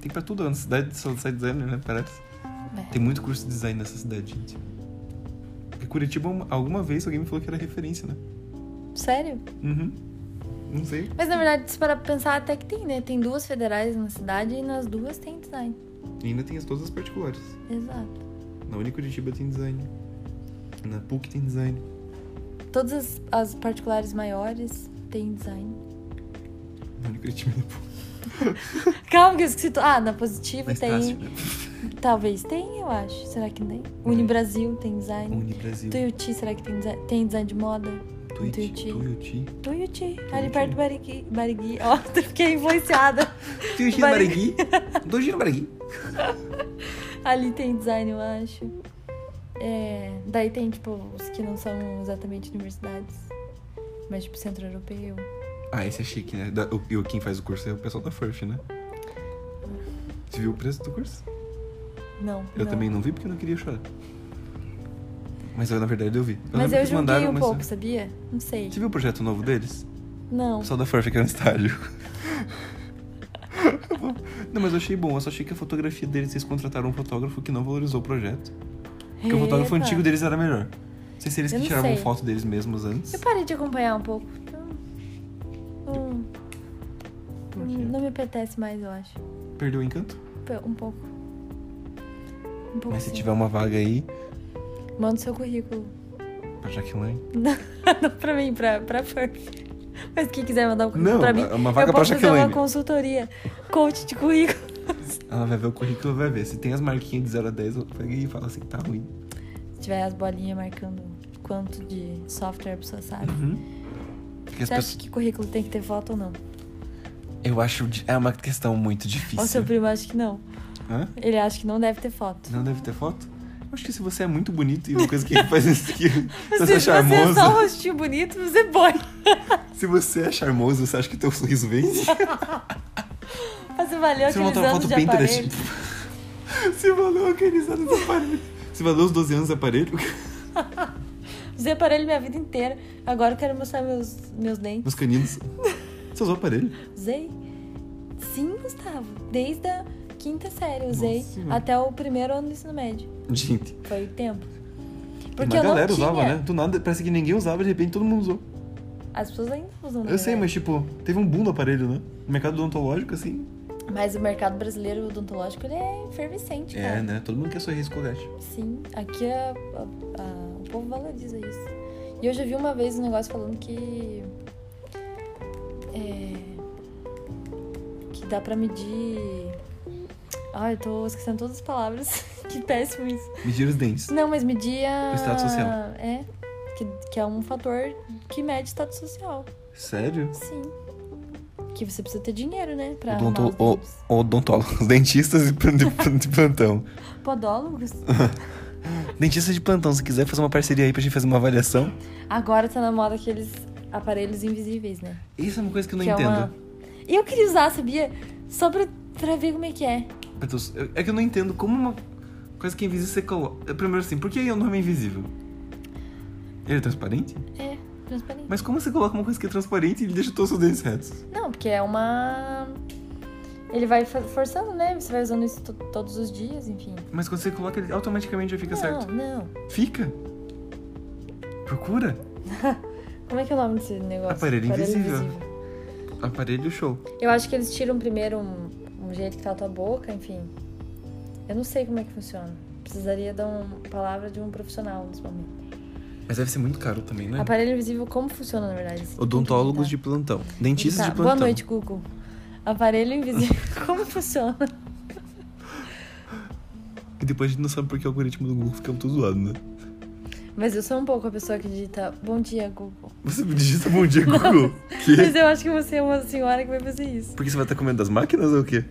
Tem pra tudo, na cidade só sai designer, né? Parece.
É.
Tem muito curso de design nessa cidade, gente. Porque Curitiba, uma- alguma vez alguém me falou que era referência, né?
Sério?
Uhum. Não sei.
Mas na verdade, se parar pra pensar, até que tem, né? Tem duas federais na cidade e nas duas tem design.
E ainda tem as todas as particulares.
Exato.
Na Uni Curitiba tem design. Na PUC tem design.
Todas as, as particulares maiores têm design.
Na Uni Curitiba e na PUC.
Calma que eu esqueci. to- Ah, na Positivo
Na
tem.
Estácio, né? É.
Talvez tem, eu acho. Será que tem? Unibrasil tem design.
Uni Brasil.
Tuiuti, será que tem design? Tem design de moda?
Tuiuti.
Tuiuti.
Tuiuti.
Tuiuti, ali perto do Barigui. Barigui. Ó, eu fiquei influenciada.
Tuiuti
Barigui.
Barigui. Tuiuti no Barigui.
Ali tem design, eu acho. É, daí tem, tipo, os que não são exatamente universidades, mas, tipo, centro europeu.
Ah, esse é chique, né? Da- o- E o, quem faz o curso é o pessoal da FURF, né? Você viu o preço do curso?
Não.
Eu também não vi porque eu não queria chorar. Mas eu, na verdade, eu vi. Eu
Mas
lembro
eu
que
julguei um
mas-
pouco, sabia? Não sei.
Você viu o projeto novo deles? O
Não.
pessoal da FURF que era um estágio. não, mas eu achei bom. Eu só achei que a fotografia deles, eles contrataram um fotógrafo que não valorizou o projeto. Porque o fotógrafo
Epa.
antigo deles era melhor. Não sei se eles
Eu
que
não
tiravam
sei.
foto deles mesmos antes.
Eu parei de acompanhar um pouco. então, Não, não me apetece mais, eu acho.
Perdeu o encanto?
Pe- Um pouco. Um pouco.
Mas se
sim.
tiver uma vaga aí,
Manda o seu currículo.
pra Jaqueline.
Não pra mim, pra, pra Fer. Mas quem quiser mandar o currículo
Não,
pra mim,
uma- uma vaga
eu
pra
posso fazer uma
Jaqueline.
consultoria. Coach de currículo.
Ela vai ver o currículo, vai ver. Se tem as marquinhas de 0 a 10, eu pego e falo assim, tá ruim.
Se tiver as bolinhas marcando quanto de software a pessoa sabe.
Porque as
Você acha
pessoas...
que currículo tem que ter foto ou não?
Eu acho... di- É uma questão muito
Ou seu
difícil.
primo acha que não.
Hã?
Ele acha que não deve ter foto.
Não deve ter foto? Eu acho que se você é muito bonito e uma coisa que faz isso aqui, se você
Se você
é
é só um
charmoso...
rostinho bonito, você é pode.
Se você é charmoso, você acha que teu sorriso vence?
Tá Mas você valeu
Você
aqueles
montou uma
anos
foto
de
Pinterest.
aparelho.
Você valeu aqueles anos de aparelho. Você valeu os 12 anos de aparelho?
Usei aparelho minha vida inteira. Agora eu quero mostrar meus, meus dentes.
Nos caninos. Você usou aparelho?
Usei? Sim, Gustavo. Desde a quinta série usei
Nossa, mano.
até o primeiro ano do ensino médio.
Gente,
Foi o tempo.
uma
Porque eu não
galera
tinha.
usava, né? Do nada, parece que ninguém usava, de repente todo mundo usou.
As pessoas ainda usam. né? na
Eu sei, mas
verdade.
tipo, teve um boom do aparelho, né? No mercado odontológico, assim.
Mas o mercado brasileiro odontológico ele é efervescente, cara.
É, né? Todo mundo quer sorrir esse colete.
Sim, aqui é, a- a- a- o povo valoriza isso. E eu já vi uma vez um negócio falando que. É, que dá pra medir. Ai, eu tô esquecendo todas as palavras. que péssimo isso.
Medir os dentes.
Não, mas medir a.
O status social.
É. Que, que é um fator que mede status social.
Sério?
Sim. Que você precisa ter dinheiro, né? Pra
Odonto-
arrumar os
o-
dentes.
Odontólogos, dentistas de plan- de plan- de plantão.
Podólogos?
Dentista de plantão, se quiser fazer uma parceria aí pra gente fazer uma avaliação.
Agora tá na moda aqueles aparelhos invisíveis, né?
Isso é uma coisa que eu não
que é
entendo.
uma- Eu queria usar, sabia? Só pra, pra ver como é que é.
Eu tô- eu- É que eu não entendo como uma coisa que é invisível você coloca. Primeiro assim, por que o nome é invisível? Ele é transparente?
É, transparente.
Mas como você coloca uma coisa que é transparente e ele deixa todos os dentes retos?
Não, porque é uma. Ele vai fa- forçando, né? Você vai usando isso to- todos os dias, enfim.
Mas quando você coloca, ele automaticamente já fica
não,
certo.
não.
Fica? Procura?
Como é que é o nome desse negócio?
Aparelho invisível. Aparelho show.
Eu acho que eles tiram primeiro um, um jeito que tá a tua boca, enfim. Eu não sei como é que funciona. Precisaria da um, palavra de um profissional nesse momento.
Mas deve ser muito caro também, né?
Aparelho invisível, como funciona, na verdade? tipo Você tem que
Odontólogos
digitar.
de plantão. Dentistas
Tá,
de plantão.
Boa noite, Google. Aparelho invisível, como funciona?
E depois a gente não sabe porque o algoritmo do Google fica tudo zoado, né?
Mas eu sou um pouco a pessoa que digita bom dia, Google.
Você me digita bom dia, Google. Que?
Mas eu acho que você é uma senhora que vai fazer isso.
Porque você vai estar comendo das máquinas ou o quê?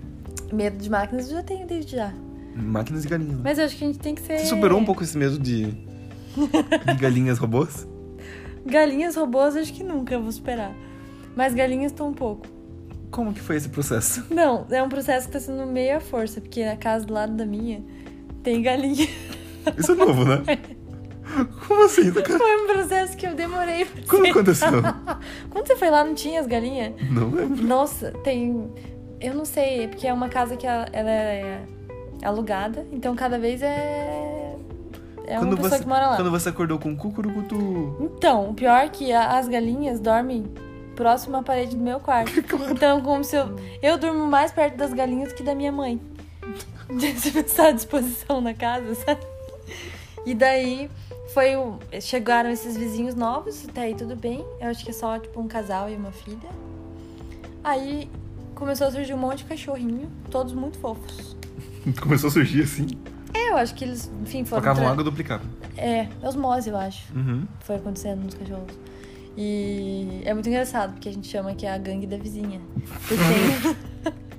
Medo de máquinas eu já tenho desde já.
Máquinas e galinhas. né?
Mas eu acho que a gente tem que ser.
Você superou um pouco esse medo de, de galinhas robôs?
Galinhas robôs, eu acho que nunca eu vou superar. Mas galinhas estão um pouco.
Como que foi esse processo?
Não, é um processo que tá sendo meio à força, porque na casa do lado da minha tem galinha.
Isso é novo, né? Como assim?
Foi um processo que eu demorei. pra
Quando
ser.
aconteceu?
Quando você foi lá, não tinha as galinhas?
Não lembro.
Nossa, tem. Eu não sei, é porque é uma casa que ela, ela é alugada, então cada vez é. É uma pessoa
você,
que mora lá.
quando você acordou com um cucurucutu...
Então, o pior é que a- as galinhas dormem próximo à parede do meu quarto. Então, como se eu. Eu durmo mais perto das galinhas que da minha mãe. Se pensar à disposição na casa, sabe? E daí foi o. Chegaram esses vizinhos novos, até aí tudo bem. Eu acho que é só tipo um casal e uma filha. Aí começou a surgir um monte de cachorrinho, todos muito fofos.
Começou a surgir assim.
É, eu acho que eles, enfim, foram.
Tocavam
tra-
água e duplicavam.
É, osmose, eu acho
Uhum.
foi acontecendo nos cachorros. E é muito engraçado, porque a gente chama que é a gangue da vizinha. Porque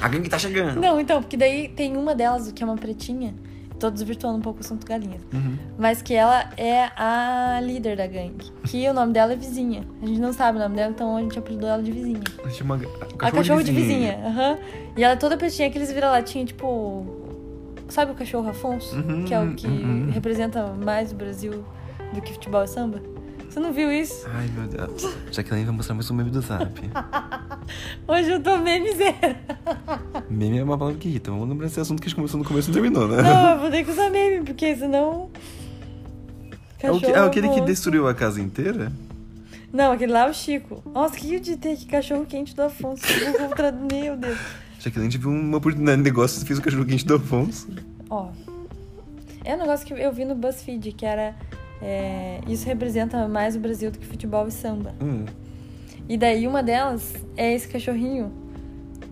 A gangue tá
tem...
chegando.
Não, então, porque daí tem uma delas, que é uma pretinha, tô desvirtuando um pouco o assunto galinhas,
Uhum.
mas que ela é a líder da gangue, que o nome dela é Vizinha. A gente não sabe o nome dela, então a gente apelidou ela de Vizinha.
A gente chama a
a cachorro de vizinha, aham. E ela é toda pretinha, aqueles vira-latinha, tipo... Sabe o cachorro Afonso?
Uhum,
que é o que
uhum.
representa mais o Brasil do que futebol e samba? Você não viu isso?
Ai, meu Deus. Jaqueline vai mostrar mais um meme do Zap.
Hoje eu tô meme zero.
meme é uma palavra que irrita. Vamos lembrar desse assunto que a gente começou no começo e não terminou, né?
Não, eu vou ter que usar meme, porque senão.
É, o que- é aquele que destruiu a casa inteira?
Não, aquele lá é o Chico. Nossa, o que eu ditei aqui? Cachorro quente do Afonso. Google Trad- Meu Deus.
Jaqueline tive uma oportunidade de um né, negócio fiz o cachorro quente do Afonso.
Ó. É um negócio que eu vi no BuzzFeed, que era. é, isso representa mais o Brasil do que futebol e samba.
Hum.
E daí uma delas é esse cachorrinho.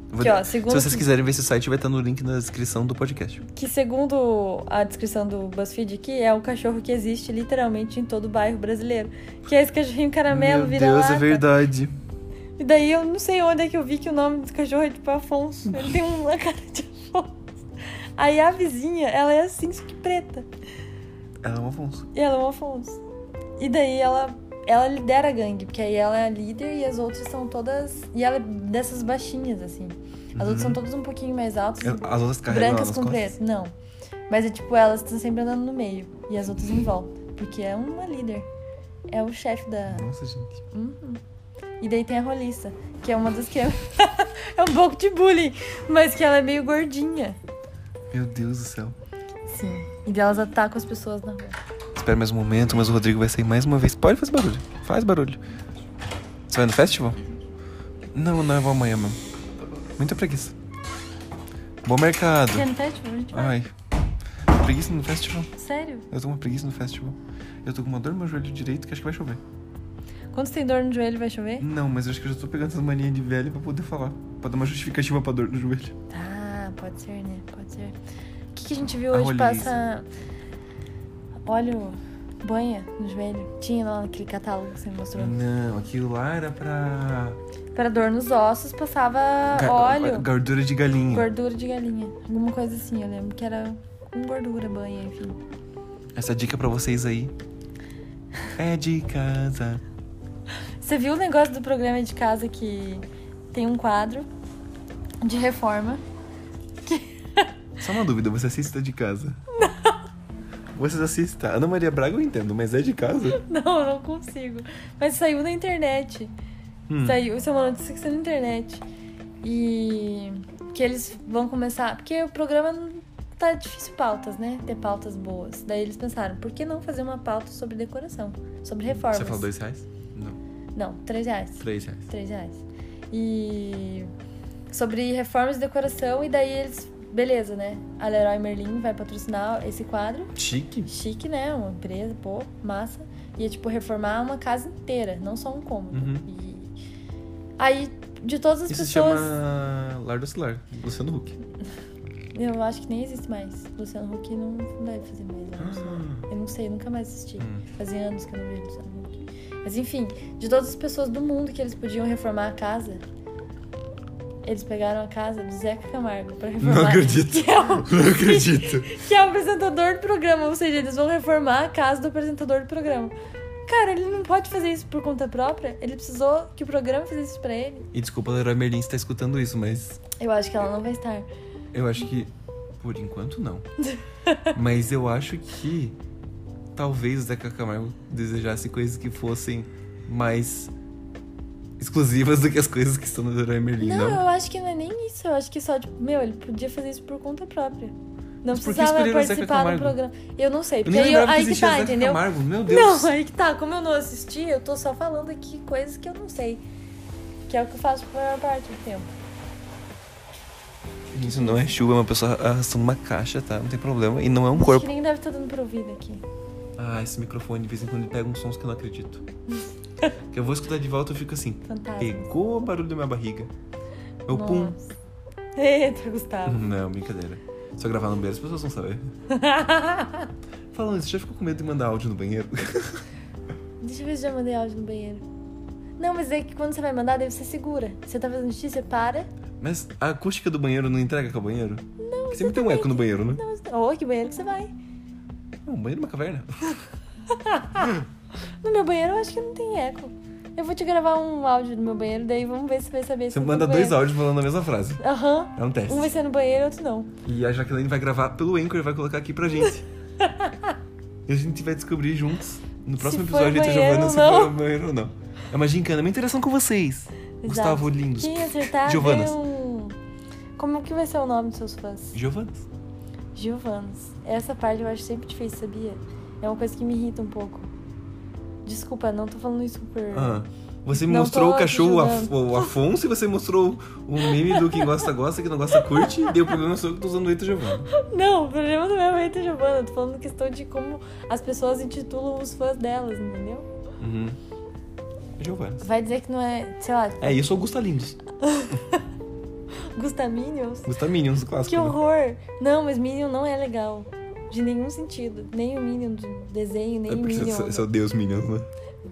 Vou
Aqui, ó,
dar-
segundo-
Se vocês quiserem ver esse site, vai estar no link na descrição do podcast.
Que segundo a descrição do BuzzFeed aqui, é o cachorro que existe literalmente em todo o bairro brasileiro. Que é esse cachorrinho caramelo,
Meu
vira
Deus,
lata.
é verdade.
E daí eu não sei onde é que eu vi que o nome desse cachorro é tipo Afonso. Ele tem uma cara de Afonso. Aí a vizinha, ela é assim, só que preta.
Ela é um Afonso.
E ela é um Afonso. E daí ela, ela lidera a gangue, porque aí ela é a líder e as outras são todas. E ela é dessas baixinhas, assim. As outras são todas um pouquinho mais altas.
Eu- As outras carregam
brancas
ela nas
com
costas.
preto. Não. Mas é tipo, elas estão sempre andando no meio. E as outras em volta. Porque é uma líder. É o chefe da.
Nossa, gente.
Uhum. E daí tem a roliça, que é uma das que é... é um pouco de bullying, mas que ela é meio gordinha.
Meu Deus do céu.
Sim. E daí elas atacam as pessoas na rua.
Espera mais um momento, mas o Rodrigo vai sair mais uma vez. Pode fazer barulho. Faz barulho. Você vai no festival? Não, não, eu vou amanhã mesmo. Muita preguiça. Bom mercado.
Quer no festival? tipo, A gente vai.
Ai. Preguiça no festival?
Sério?
Eu tô com uma preguiça no festival. Eu tô com uma dor no meu joelho direito que acho que vai chover.
Quando você tem dor no joelho, vai chover?
Não, mas eu acho que eu já tô pegando essas manias de velho pra poder falar. Pra dar uma justificativa pra dor no joelho.
Tá, pode ser, né? Pode ser. O que, que a gente viu
A
hoje?
roliça.
Passa óleo, banha no joelho. Tinha lá naquele catálogo que você me mostrou.
Não, aquilo lá era pra.
Pra dor nos ossos, passava
Ga-
Ah, óleo,
Gordura de galinha.
gordura de galinha. Alguma coisa assim, eu lembro que era com gordura, banha, enfim.
Essa dica pra vocês aí. É de casa.
Você viu o negócio do programa de casa que tem um quadro de reforma?
Só uma dúvida, você assiste de casa? Não. Vocês assistem. Ana Maria Braga eu entendo, mas é de casa?
Não, eu não consigo. Mas saiu na internet.
Hum.
Saiu, isso é uma notícia que saiu na internet. E que eles vão começar. Porque o programa não- tá difícil pautas, né? Ter pautas boas. Daí eles pensaram, por que não fazer uma pauta sobre decoração? Sobre reformas?
Você falou dois reais? Não,
Não, três reais.
três reais.
3 reais. E sobre reformas e decoração, e daí eles. Beleza, né? A Leroy Merlin vai patrocinar esse quadro.
Chique?
Chique, né? Uma empresa, pô, massa. E é tipo reformar uma casa inteira, não só um cômodo.
Uhum.
E aí, de todas as
Isso se
pessoas.
chama Lar do Celular, Luciano Huck.
Eu acho que nem existe mais. Luciano Huck não, não deve fazer mais. Não, sei. Eu não sei, nunca mais assisti.
Ah. Hum.
Fazia anos que eu não vejo Luciano Huck. Mas enfim, de todas as pessoas do mundo que eles podiam reformar a casa, eles pegaram a casa do Zeca Camargo pra reformar.
acredito.
Que é, o,
Não acredito.
que é o apresentador do programa. Ou seja, eles vão reformar a casa do apresentador do programa. Cara, ele não pode fazer isso por conta própria. Ele precisou que o programa fizesse isso pra ele.
E desculpa, Leroy Merlin, se tá escutando isso, mas
Eu acho que ela não vai estar.
eu acho que. Por enquanto, não. mas eu acho que. Talvez o Zeca Camargo desejasse coisas que fossem mais exclusivas do que as coisas que estão no Leroy Merlin,
Não,
não?
eu acho que não é nem isso. Eu acho que só, tipo, meu, ele podia fazer isso por conta própria. Não
Mas por que
precisava
escolheram o Zeca
participar do
Camargo?
programa. Eu não sei,
Eu
porque
nem
aí, eu-
lembrava que
aí que
existia
tá,
Zeca
entendeu?
Camargo. Meu Deus.
Não, aí que tá. Como eu não assisti, eu tô só falando aqui coisas que eu não sei. Que é o que eu faço por maior parte do tempo.
Isso não é chuva, é uma pessoa arrastando uma caixa, tá? Não tem problema. E não é um
Acho que
corpo.
nem deve estar dando pra ouvir daqui.
Ah, esse microfone de vez em quando ele pega uns sons que eu não acredito. que eu vou escutar de volta e eu fico assim.
Fantasma.
Pegou o barulho da minha barriga. Eu pum.
Nossa. Eita, Gustavo.
Não, brincadeira. Se eu gravar no banheiro, as pessoas vão saber. Falando isso, já ficou com medo de mandar áudio no banheiro?
Deixa eu ver se já mandei áudio no banheiro. Não, mas é que quando você vai mandar, daí você segura. Você tá fazendo xixi, você para.
Mas a acústica do banheiro não entrega com o banheiro? Não. Porque sempre tem um eco no banheiro, né?
Não, você- Ô, que banheiro que você vai?
Não, o banheiro é uma caverna.
No meu banheiro eu acho que não tem eco. Eu vou te gravar um áudio do meu banheiro, daí vamos ver se você vai saber se
Você
não
manda
tá no
dois
banheiro.
áudios falando a mesma frase.
Aham.
É um teste.
Um vai ser no banheiro e outro não.
E a Jaqueline vai gravar pelo Anchor e vai colocar aqui pra gente. e a gente vai descobrir juntos no próximo
Se for
episódio da
banheiro
Giovana
ou
se
não.
for banheiro ou não. É uma gincana, é uma interação com vocês. Gustavo Lindos.
Quem acertar
Giovanas.
ganha um... Como que vai ser o nome dos seus fãs?
Giovanas.
Giovanas. Essa parte eu acho sempre difícil, sabia? É uma coisa que me irrita um pouco. Desculpa, não tô falando isso por.
Ah, você
É. Não
mostrou
tô
o cachorro
te
Af- o Afonso e você mostrou o meme do quem gosta, gosta, quem não gosta, curte. E o problema sou eu que tô usando o Eita Giovanna.
Não, o problema não é o Eita Giovanna. Tô falando questão de como as pessoas intitulam os fãs delas, entendeu?
Uhum. Giovanna.
Vai dizer que não é, sei lá,
É, isso ou Gustalindos.
Gustaminions?
Gustaminions, clássico.
Que
né?
horror! Não, mas Minion não é legal. De nenhum sentido. Nem o Minion do desenho, nem
É
o
porque
Minion.
você, você odeia os Minions, né?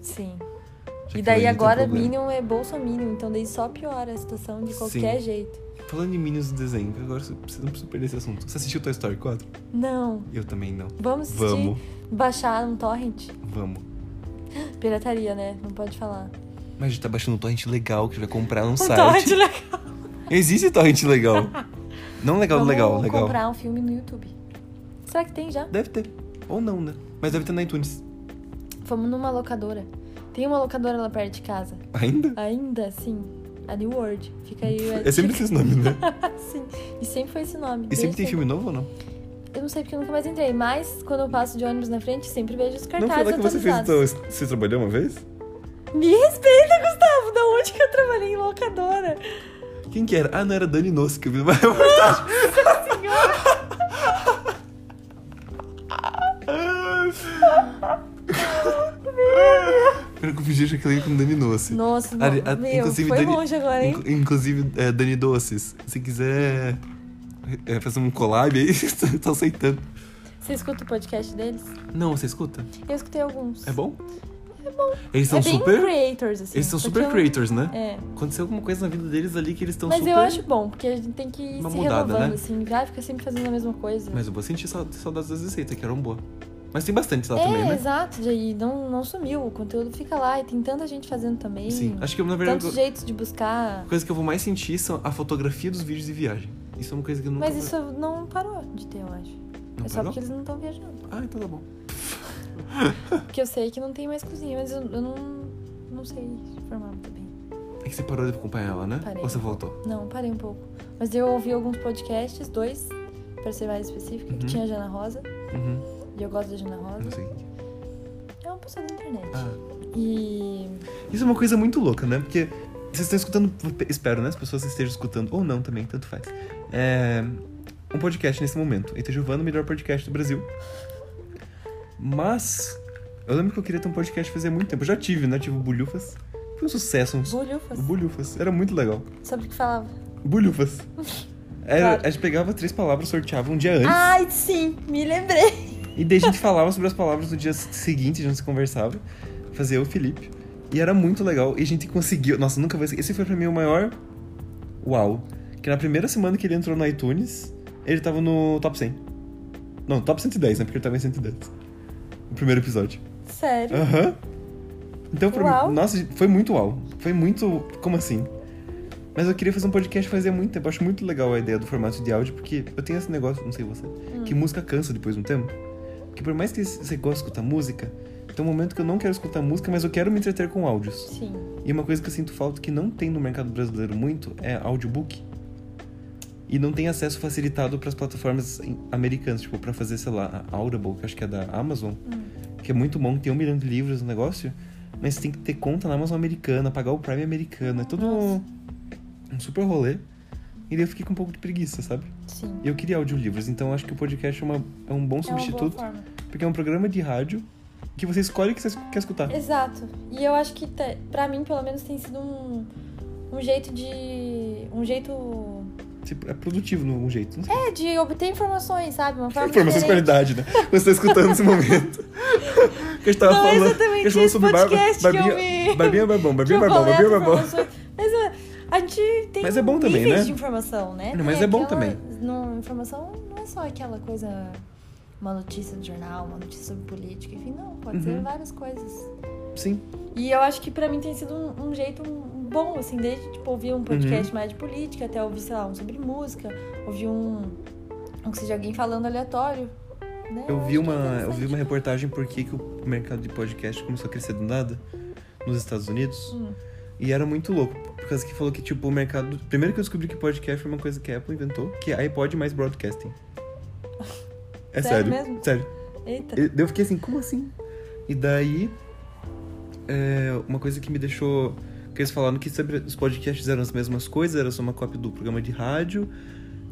Sim.
Já
E
que
daí
daí não tem
agora
problema.
Minion é Bolsominion, então daí só piora a situação de qualquer jeito.
Falando em Minions do desenho, agora você você não precisa perder esse assunto. Você assistiu Toy Story 4?
Não.
Eu também não.
Vamos assistir,
Vamos,
baixar um torrent.
vamos.
Pirataria, né? Não pode falar.
Mas a gente tá baixando um torrent legal que vai comprar num
Um
site.
torrent legal.
Existe torrent legal. Não legal,
Vamos
legal, legal.
comprar um filme no YouTube. Será que tem já?
Deve ter. Ou não, né? Mas deve ter na iTunes.
Fomos numa locadora. Tem uma locadora lá perto de casa.
Ainda?
Ainda, sim. A New World. Fica aí.
É sempre esses nomes, né?
Sim, Assim, e sempre foi esse nome.
E sempre
desde
tem filme novo ou não?
Eu não sei porque eu nunca mais entrei, mas quando eu passo de ônibus na frente, sempre vejo os
Não
cartazes
foi lá que você fez então.
atualizados.
o teu- Você trabalhou uma vez?
Me respeita, Gustavo! Da onde que eu trabalhei em locadora?
Quem que era? Ah, não, era Dani Nosso que eu vi uma reportagem. Era que eu pedi chacrinha com Dani Noce.
Nossa,
Ari-
não,
a-
meu, foi
Dani-
longe agora, hein?
inc- inclusive, é, Dani Doces, se quiser é, fazer um collab aí, tô aceitando.
Você escuta o podcast deles?
Não, você escuta?
Eu escutei alguns.
É bom? É bom. Eles são
É bem
super.
creators, assim.
Eles são
porque
super
eu-
creators, né?
É.
Aconteceu alguma coisa na vida deles ali que eles estão
Mas
super.
eu acho bom, porque a gente tem que ir
Uma
se
mudada,
renovando,
né?
assim. Vai ficar sempre fazendo a mesma coisa.
Mas eu vou sentir sau- saudades das receitas, que eram boas. Mas tem bastante lá
é,
também, né?
exato, e não, não sumiu. O conteúdo fica lá e tem tanta gente fazendo também.
Sim. Acho que na verdade
Tantos
a
jeitos de buscar.
coisa que eu vou mais sentir são a fotografia dos vídeos de viagem. Isso é uma coisa que eu nunca
Mas
vou-
isso não parou de ter, eu acho.
Não
é só
parou?
porque eles não estão viajando.
Ah, então tá bom.
Porque eu sei que não tem mais cozinha, mas eu, eu não, não sei informar muito bem.
É que você parou de acompanhar ela, né?
Parei.
Ou você voltou?
Não, parei um pouco. Mas eu ouvi alguns podcasts, dois, pra ser mais específica, que
Uhum.
tinha a Jana Rosa,
Uhum.
e eu gosto da Jana Rosa.
Não sei.
É uma pessoa da internet.
Ah.
E.
Isso é uma coisa muito louca, né? Porque vocês estão escutando, espero, né? As pessoas estejam escutando, ou não também, tanto faz. É, um podcast nesse momento. Eita Giovana, o melhor podcast do Brasil. Mas, eu lembro que eu queria ter um podcast fazia muito tempo. Eu já tive, né? Tive o Bulhufas. Foi um sucesso. Um... su-
Bolhufas.
O Bulhufas. Era muito legal.
Sabe o que falava?
Bulhufas. Era,
Claro. Ah!
A gente pegava três palavras, sorteava um dia antes.
Ai, sim, me lembrei.
E daí a gente falava sobre as palavras no dia seguinte, a gente se conversava. Fazia eu e o Felipe. E era muito legal. E a gente conseguiu. Nossa, nunca vou esquecer. Esse foi pra mim o maior. Uau! Que na primeira semana que ele entrou no iTunes, ele tava no top 100. Não, top 110, né? Porque ele tava em 110. O primeiro episódio.
Sério.
Aham. Então, pra
Uau.
mim, nossa, foi muito uau. Foi muito. Como assim? Mas eu queria fazer um podcast fazia muito tempo. Eu acho muito legal a ideia do formato de áudio, porque eu tenho esse negócio, não sei você, que
Hum.
música cansa depois de um tempo. Que por mais que você goste de escutar música, tem um momento que eu não quero escutar música, mas eu quero me entreter com áudios.
Sim.
E uma coisa que eu sinto falta que não tem no mercado brasileiro muito é audiobook. E não tem acesso facilitado para as plataformas em- americanas, tipo, para fazer, sei lá, a Audible, que acho que é da Amazon, que é muito bom, que tem um milhão de livros no negócio, mas tem que ter conta na Amazon americana, pagar o Prime americano, é todo um, um super rolê. E daí eu fiquei com um pouco de preguiça, sabe?
Sim.
E Eu queria audiolivros, então acho que o podcast é, uma- é
É
um bom
uma boa
substituto,
forma.
porque é um programa de rádio que você escolhe o que você quer escutar.
Exato. E eu acho que te- pra mim, pelo menos, tem sido um, um jeito de. um jeito.
É produtivo de algum jeito, não sei.
É, de obter informações, sabe? Uma forma
Informações de
diferente.
qualidade, né? Você tá escutando nesse momento. Que a gente tava
Não é
falando.
exatamente
que a gente falou
esse
sobre barba,
podcast que eu
barbinha,
vi.
barbinha é babão,
Que
barbinha
eu
babão,
coleto
barbinha babão.
informações. Mas é, a gente tem
Mas é bom também,
níveis
né?
de informação, né?
Não, mas
Tem
é bom
aquela-
também.
Não, informação não é só aquela coisa. Uma notícia do jornal, uma notícia sobre política, enfim, não. Pode ser
Uhum.
várias coisas.
Sim.
E eu acho que pra mim tem sido um, um jeito bom, assim, desde tipo, ouvir um podcast
Uhum.
mais de política, até ouvir, sei lá, um sobre música, ouvir um. um que seja alguém falando aleatório. Né?
Eu
acho
vi
que é
uma, eu
interessante.
vi uma reportagem por que, que o mercado de podcast começou a crescer do nada nos Estados Unidos.
Hum.
E era muito louco. Por causa que falou que, tipo, o mercado. Primeiro que eu descobri que podcast foi uma coisa que a Apple inventou, que é iPod mais broadcasting. É
Sério
sério.
mesmo?
Sério.
Eita.
Eu, daí eu fiquei assim, como assim? E daí é, uma coisa que me deixou. Que eles falaram que sempre os podcasts eram as mesmas coisas, era só uma cópia do programa de rádio.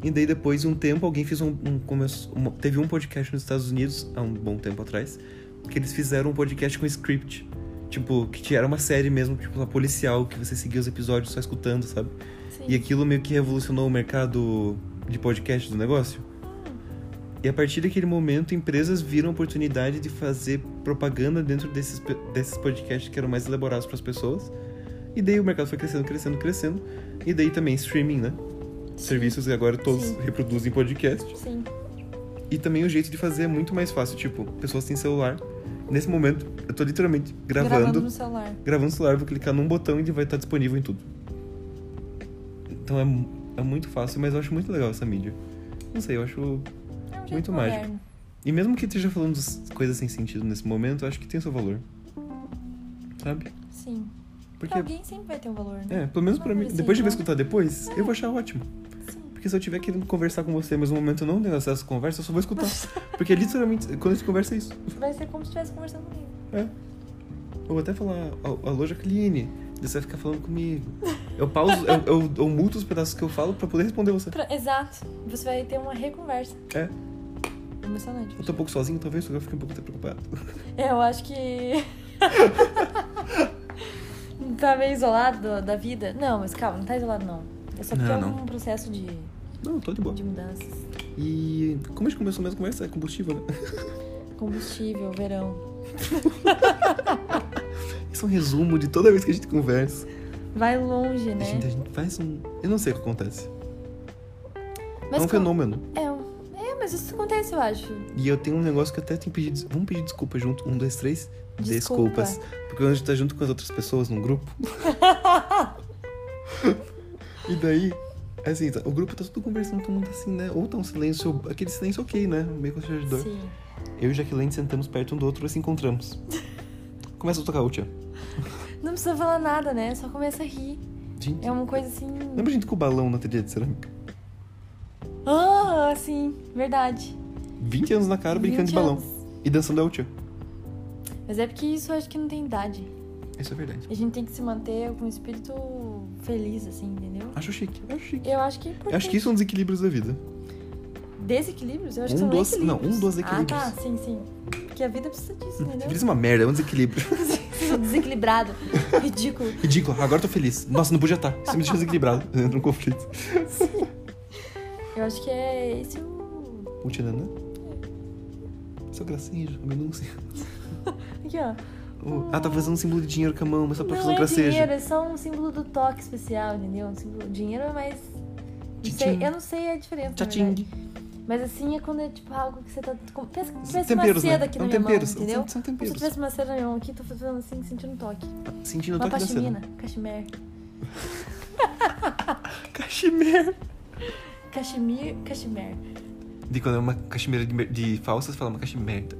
E daí depois de um tempo alguém fez um. um- começou- uma- teve um podcast nos Estados Unidos, há um bom tempo atrás, que eles fizeram um podcast com script. Tipo, que tinha- era uma série mesmo, tipo, uma policial, que você seguia os episódios só escutando, sabe?
Sim.
E aquilo meio que revolucionou o mercado de podcast do negócio. E a partir daquele momento, empresas viram a oportunidade de fazer propaganda dentro desses, pe- desses podcasts que eram mais elaborados para as pessoas. E daí o mercado foi crescendo, crescendo, crescendo. E daí também streaming, né? Serviços que agora todos
Sim.
reproduzem podcast.
Sim.
E também o jeito de fazer é muito mais fácil. Tipo, pessoas têm celular. Nesse momento, eu tô literalmente
Gravando.
gravando
no celular.
gravando no celular, vou clicar num botão e ele vai estar disponível em tudo. Então é, mu- é muito fácil, mas eu acho muito legal essa mídia. Não sei, eu
É
acho.
um jeito
Muito mágico.
moderno.
E mesmo que esteja falando s- coisas sem sentido nesse momento, eu acho que tem seu valor. Sabe?
Sim. Pra
Porque.
alguém sempre vai ter um valor, né?
É, pelo menos pra mim.
Sim,
Depois de ver
né?
escutar depois, eu vou achar ótimo.
Sim.
Porque se eu tiver querendo conversar com você, mas no momento eu não tenho acesso à conversa, eu só vou escutar. Porque literalmente, quando a gente conversa é isso.
Vai ser como se estivesse conversando comigo.
Eu vou até falar, "Al- alô Jacqueline, você vai ficar falando comigo. Eu pauso, eu, eu, eu muto os pedaços que eu falo pra poder responder você.
Pra- Exato. Você vai ter uma reconversa.
É.
Emocionante.
Eu tô um pouco sozinho, talvez, eu fique um pouco até preocupado.
É, Eu acho que. tá meio isolado da- da vida? Não, mas calma, não tá isolado não. É só porque
Não,
é
não.
um processo de,
Não, tô de boa.
de mudanças.
E como a gente começou mesmo a conversa? É combustível, né?
Combustível, verão.
Isso é um resumo de toda vez que a gente conversa.
Vai longe,
A
né?
gente, a gente faz um... Eu não sei o que acontece.
Mas
é um
com-
fenômeno.
É, um- é, mas isso acontece, eu acho.
E eu tenho um negócio que eu até tenho que pedir... des- Vamos pedir desculpa junto? Um, dois, três.
Desculpa.
Desculpas. Porque quando a gente tá junto com as outras pessoas num grupo... e daí... Assim, tá- o grupo tá tudo conversando, todo mundo assim, né? Ou tá um silêncio... Aquele silêncio ok, né? Meio constrangedor.
Sim.
Eu e Jaqueline sentamos perto um do outro e se encontramos. Começa a tocar o tchan.
Não precisa falar nada, né? Só começa a rir.
Gente,
É uma coisa assim.
lembra a gente com o balão na trilha de cerâmica?
Ah, sim, verdade.
20 anos na cara brincando
20
de balão.
anos.
E dançando El Tchan.
Mas é porque isso eu acho que não tem idade.
Isso é verdade.
A gente tem que se manter com um espírito feliz, assim, entendeu?
Acho chique, acho chique.
Eu acho que é importante.
Eu acho que isso é um dos equilíbrios da vida.
Desequilíbrios? Eu acho
Um
que são
dos-
equilíbrios.
não, um dos
Ah, tá,
equilíbrios.
sim, sim. Porque a vida precisa disso, entendeu?
Vida é uma merda, é um desequilíbrio.
Sou desequilibrado. Ridículo.
Ridículo, agora eu tô feliz. Nossa, não podia estar. Você me deixou desequilibrado. Entra um conflito.
Eu acho que é esse o.
O Tchananã? né? Seu gracinha, já comeu anúncio.
Aqui, ó.
Oh, Ah, tá fazendo um símbolo de dinheiro com a mão, mas só pra fazer
Não
um
é
gracejo.
dinheiro, é só um símbolo do toque especial, entendeu? Um símbolo... Dinheiro é mais. Não sei,
Tchim-tchim.
eu não sei a diferença. na
Tchá-tching.
é verdade. Mas assim é quando é tipo algo que você tá. com- Pensa, pensa uma
Temperos,
seda
né?
aqui
É
na
um
minha
tempero.
mão, entendeu?
São,
Como se
são temperos.
tivesse uma seda na minha mão aqui, tô fazendo assim, sentindo um toque.
Sentindo o
Uma
toque da cena.
pashmina, cachemir.
Cachimero.
Cachemir, cachemir.
De quando é uma cachimeira de, mer- de falsa, você fala uma cachimerda.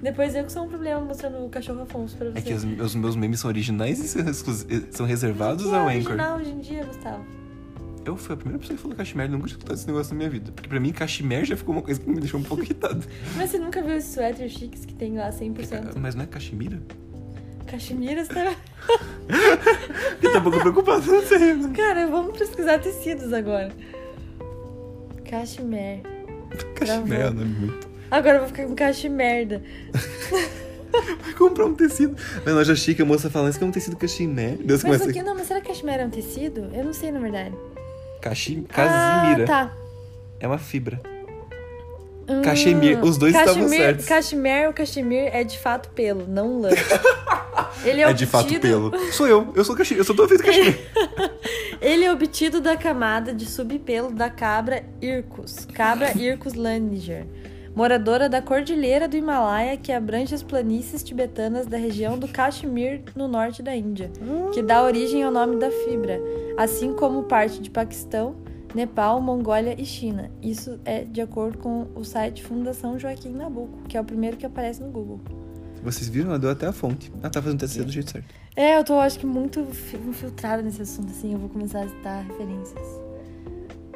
Depois eu que sou um problema mostrando o cachorro Afonso pra você.
É que os, os meus memes são originais e são exclus- e são reservados
Que é
ao Anchor.
original hoje em dia, Gustavo.
Eu fui a primeira pessoa que falou cachimero, nunca tinha escutado esse negócio na minha vida. Porque pra mim, cachimero já ficou uma coisa que me deixou um pouco irritado.
Mas você nunca viu esses suéter chiques que tem lá 100%?
Mas não é cachimira?
Cachemiras tá- também.
Eu tô um pouco preocupado, não sei. né?
Cara, vamos pesquisar tecidos agora. Cachemir.
Cachimero é um nome muito.
Agora eu vou ficar com cachemerda.
Vai comprar um tecido. Na loja chique, a moça fala, isso aqui é um tecido cachimero. Deus
Mas
começa
aqui não, mas será que cachemir é um tecido? Eu não sei, na verdade.
Cachi...
Ah,
Casimira.
tá.
É uma fibra.
Hum,
Cachemir, os dois estavam certos.
Cachemir, o cachemir é de fato pelo, não lã. Ele é,
É de fato
obtido-
pelo. Sou eu. Eu sou cachimiro. Eu sou todo feito cachimiro.
Ele é obtido da camada de subpelo da cabra Ircus, cabra Ircus lanniger, moradora da cordilheira do Himalaia que abrange as planícies tibetanas da região do Caxemir no norte da Índia, que dá origem ao nome da fibra, assim como parte de Paquistão, Nepal, Mongólia e China. Isso é de acordo com o site Fundação Joaquim Nabuco, que é o primeiro que aparece no Google.
Vocês viram? Ela deu até a fonte. Ela tá fazendo tecido do jeito certo.
É, eu tô, acho que, muito fi- infiltrada nesse assunto, assim. Eu vou começar a citar referências.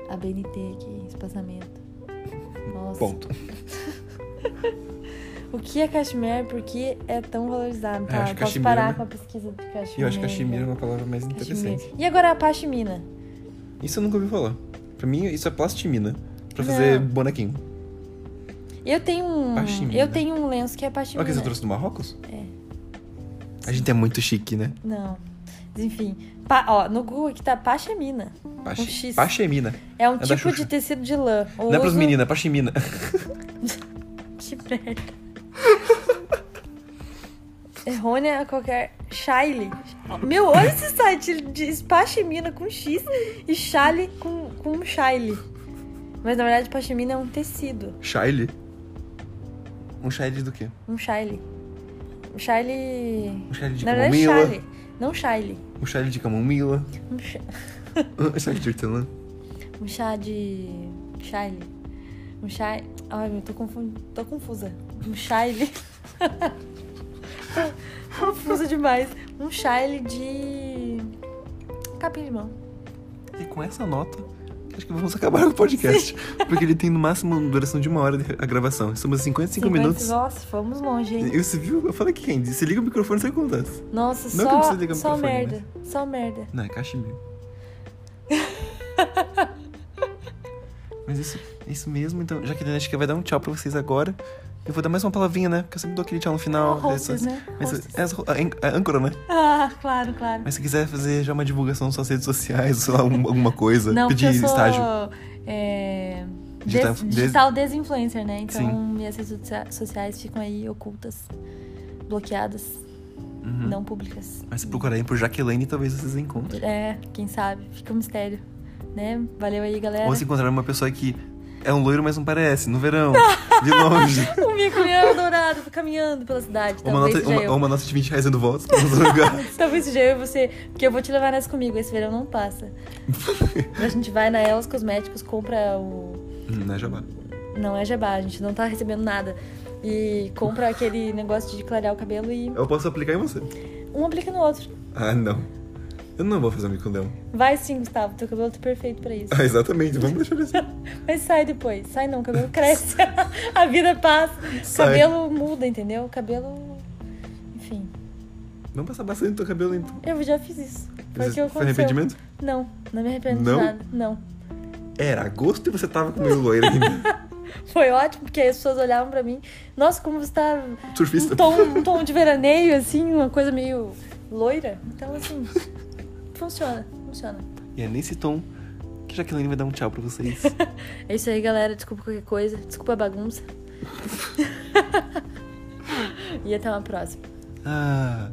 A BNT aqui, espaçamento. Nossa.
Ponto.
o que é cashmere, por que é tão valorizado, tá?
Eu acho
Eu Posso
cachemira,
parar
né?
com a pesquisa de cashmere.
E eu acho que cachemira é uma palavra mais interessante.
E agora a pashmina?
Isso eu nunca ouvi falar. Pra mim, isso é plastimina. Pra fazer
Não.
bonequinho.
Eu tenho um.
Pashmina.
Eu tenho um lenço que é pashmina.
Olha que você trouxe do Marrocos? É. A gente é muito chique, né?
Não. Mas, Enfim. Pa- Ó, no Google aqui tá pashmina. Um
Pache...
X.
Pachemina.
É um
É da
tipo
Xuxa.
de tecido de lã. um O
Não é pras
uso-
meninas, é pachemina.
Que merda. Errônea a qualquer. Shile. Meu, olha esse site. Ele diz Pashmina com X e Shale com, com Shile. Mas na verdade, Pashmina é um tecido.
Shile. Um Shile do quê?
Um Shile. Um Shile.
Um Shile de
Na verdade,
camomila.
Shale. Não Shile.
Um Shile de camomila.
Um, chá-
Um Shile de hortelã.
um chá de. Shile. Um chá. Ai, meu, tô, confu... tô confusa. Um Shile. tô confusa demais. Um Shile de. Capim-limão.
E com essa nota, acho que vamos acabar com o podcast. Porque ele tem no máximo uma duração de uma hora de- a gravação. Estamos a 55 minutos.
Nossa, fomos longe, hein?
Eu, você viu? Eu falei que quem? Se liga o microfone, você acontece.
Nossa,
Não que eu
só,
precise ligar o
só
microfone,
merda. Só merda.
Não, é cachimbo. Mas isso, isso mesmo, então. Já que a Danestica vai dar um tchau pra vocês agora, eu vou dar mais uma palavrinha, né? Porque eu sempre dou aquele tchau no final.
Ah, hostess,
dessas-
né?
Mas,
Hostess.
é, as ro- a ân- a âncora, né?
Ah, claro, claro.
Mas se quiser fazer já uma divulgação nas suas redes sociais, sei lá, um- alguma coisa,
Não, porque
pedir
eu sou.
estágio.
É...
Digital-
Digital, des... digital desinfluencer, né? Então
Sim.
minhas redes socia- sociais ficam aí ocultas, bloqueadas,
Uhum.
não públicas.
Mas se procurarem por Jaqueline, talvez vocês encontrem.
É, quem sabe? Fica um mistério, né? Valeu aí, galera.
Ou se encontrar uma pessoa que é um loiro, mas não parece, no verão, de longe.
Um mico dourado caminhando pela cidade.
Ou uma,
Talvez
nota,
seja
uma,
eu.
ou uma nota de 20 reais indo votos pra outro lugar.
Talvez seja eu e você. Porque eu vou te levar nessa comigo. Esse verão não passa. a gente vai na Elas Cosméticos, compra o.
Hum, Não é jabá.
Não é jabá, a gente não tá recebendo nada. E compra aquele negócio de clarear o cabelo e
Eu posso aplicar em você.
um aplica no outro.
Ah, não. Eu não vou fazer amigo com o Leão.
Vai sim, Gustavo, teu cabelo tá perfeito pra isso.
Ah, exatamente, vamos deixar ele assim.
Mas sai depois. Sai não, o cabelo cresce. a vida passa.
Sai.
Cabelo muda, entendeu? Cabelo. Enfim.
Vamos passar bastante no teu cabelo então.
Eu já fiz isso. Foi o que
Foi
aconteceu.
arrependimento?
Não, não me arrependo
Não?
de nada. Não.
Era agosto e você tava com meio loiro né? ainda.
Foi ótimo, porque as pessoas olhavam pra mim. Nossa, como você tá.
Surfista.
Um tom, um tom de veraneio, assim, uma coisa meio loira. Então, assim. funciona, funciona.
E é nesse tom que Jaqueline vai dar um tchau pra vocês.
É isso aí, galera. Desculpa qualquer coisa. Desculpa a bagunça. e até uma próxima.
Ah.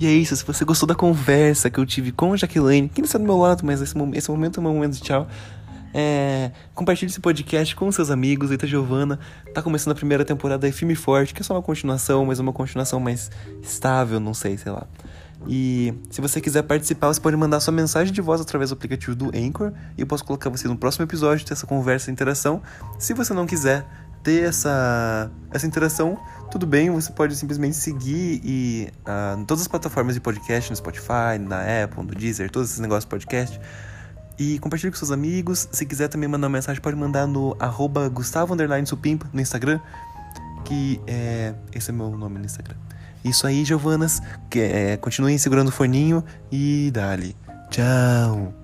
E é isso, se você gostou da conversa que eu tive com a Jaqueline, que não está do meu lado, mas esse, mom- esse momento é meu momento de tchau. É, compartilhe esse podcast com seus amigos, Eita Giovana. Tá começando a primeira temporada aí, firme e forte, que é só uma continuação, mas uma continuação mais estável, não sei, sei lá. E se você quiser participar, você pode mandar sua mensagem de voz através do aplicativo do Anchor. E eu posso colocar você no próximo episódio, ter essa conversa, interação. Se você não quiser ter essa, essa interação, tudo bem, você pode simplesmente seguir e ah, em todas as plataformas de podcast, no Spotify, na Apple, no Deezer, todos esses negócios de podcast. E compartilhe com seus amigos. Se quiser também mandar uma mensagem, pode mandar no arroba Gustavo Underline Supimpa no Instagram. Que é. Esse é meu nome no Instagram. Isso aí, Giovanas. Que, é, continuem segurando o forninho e dali. Tchau!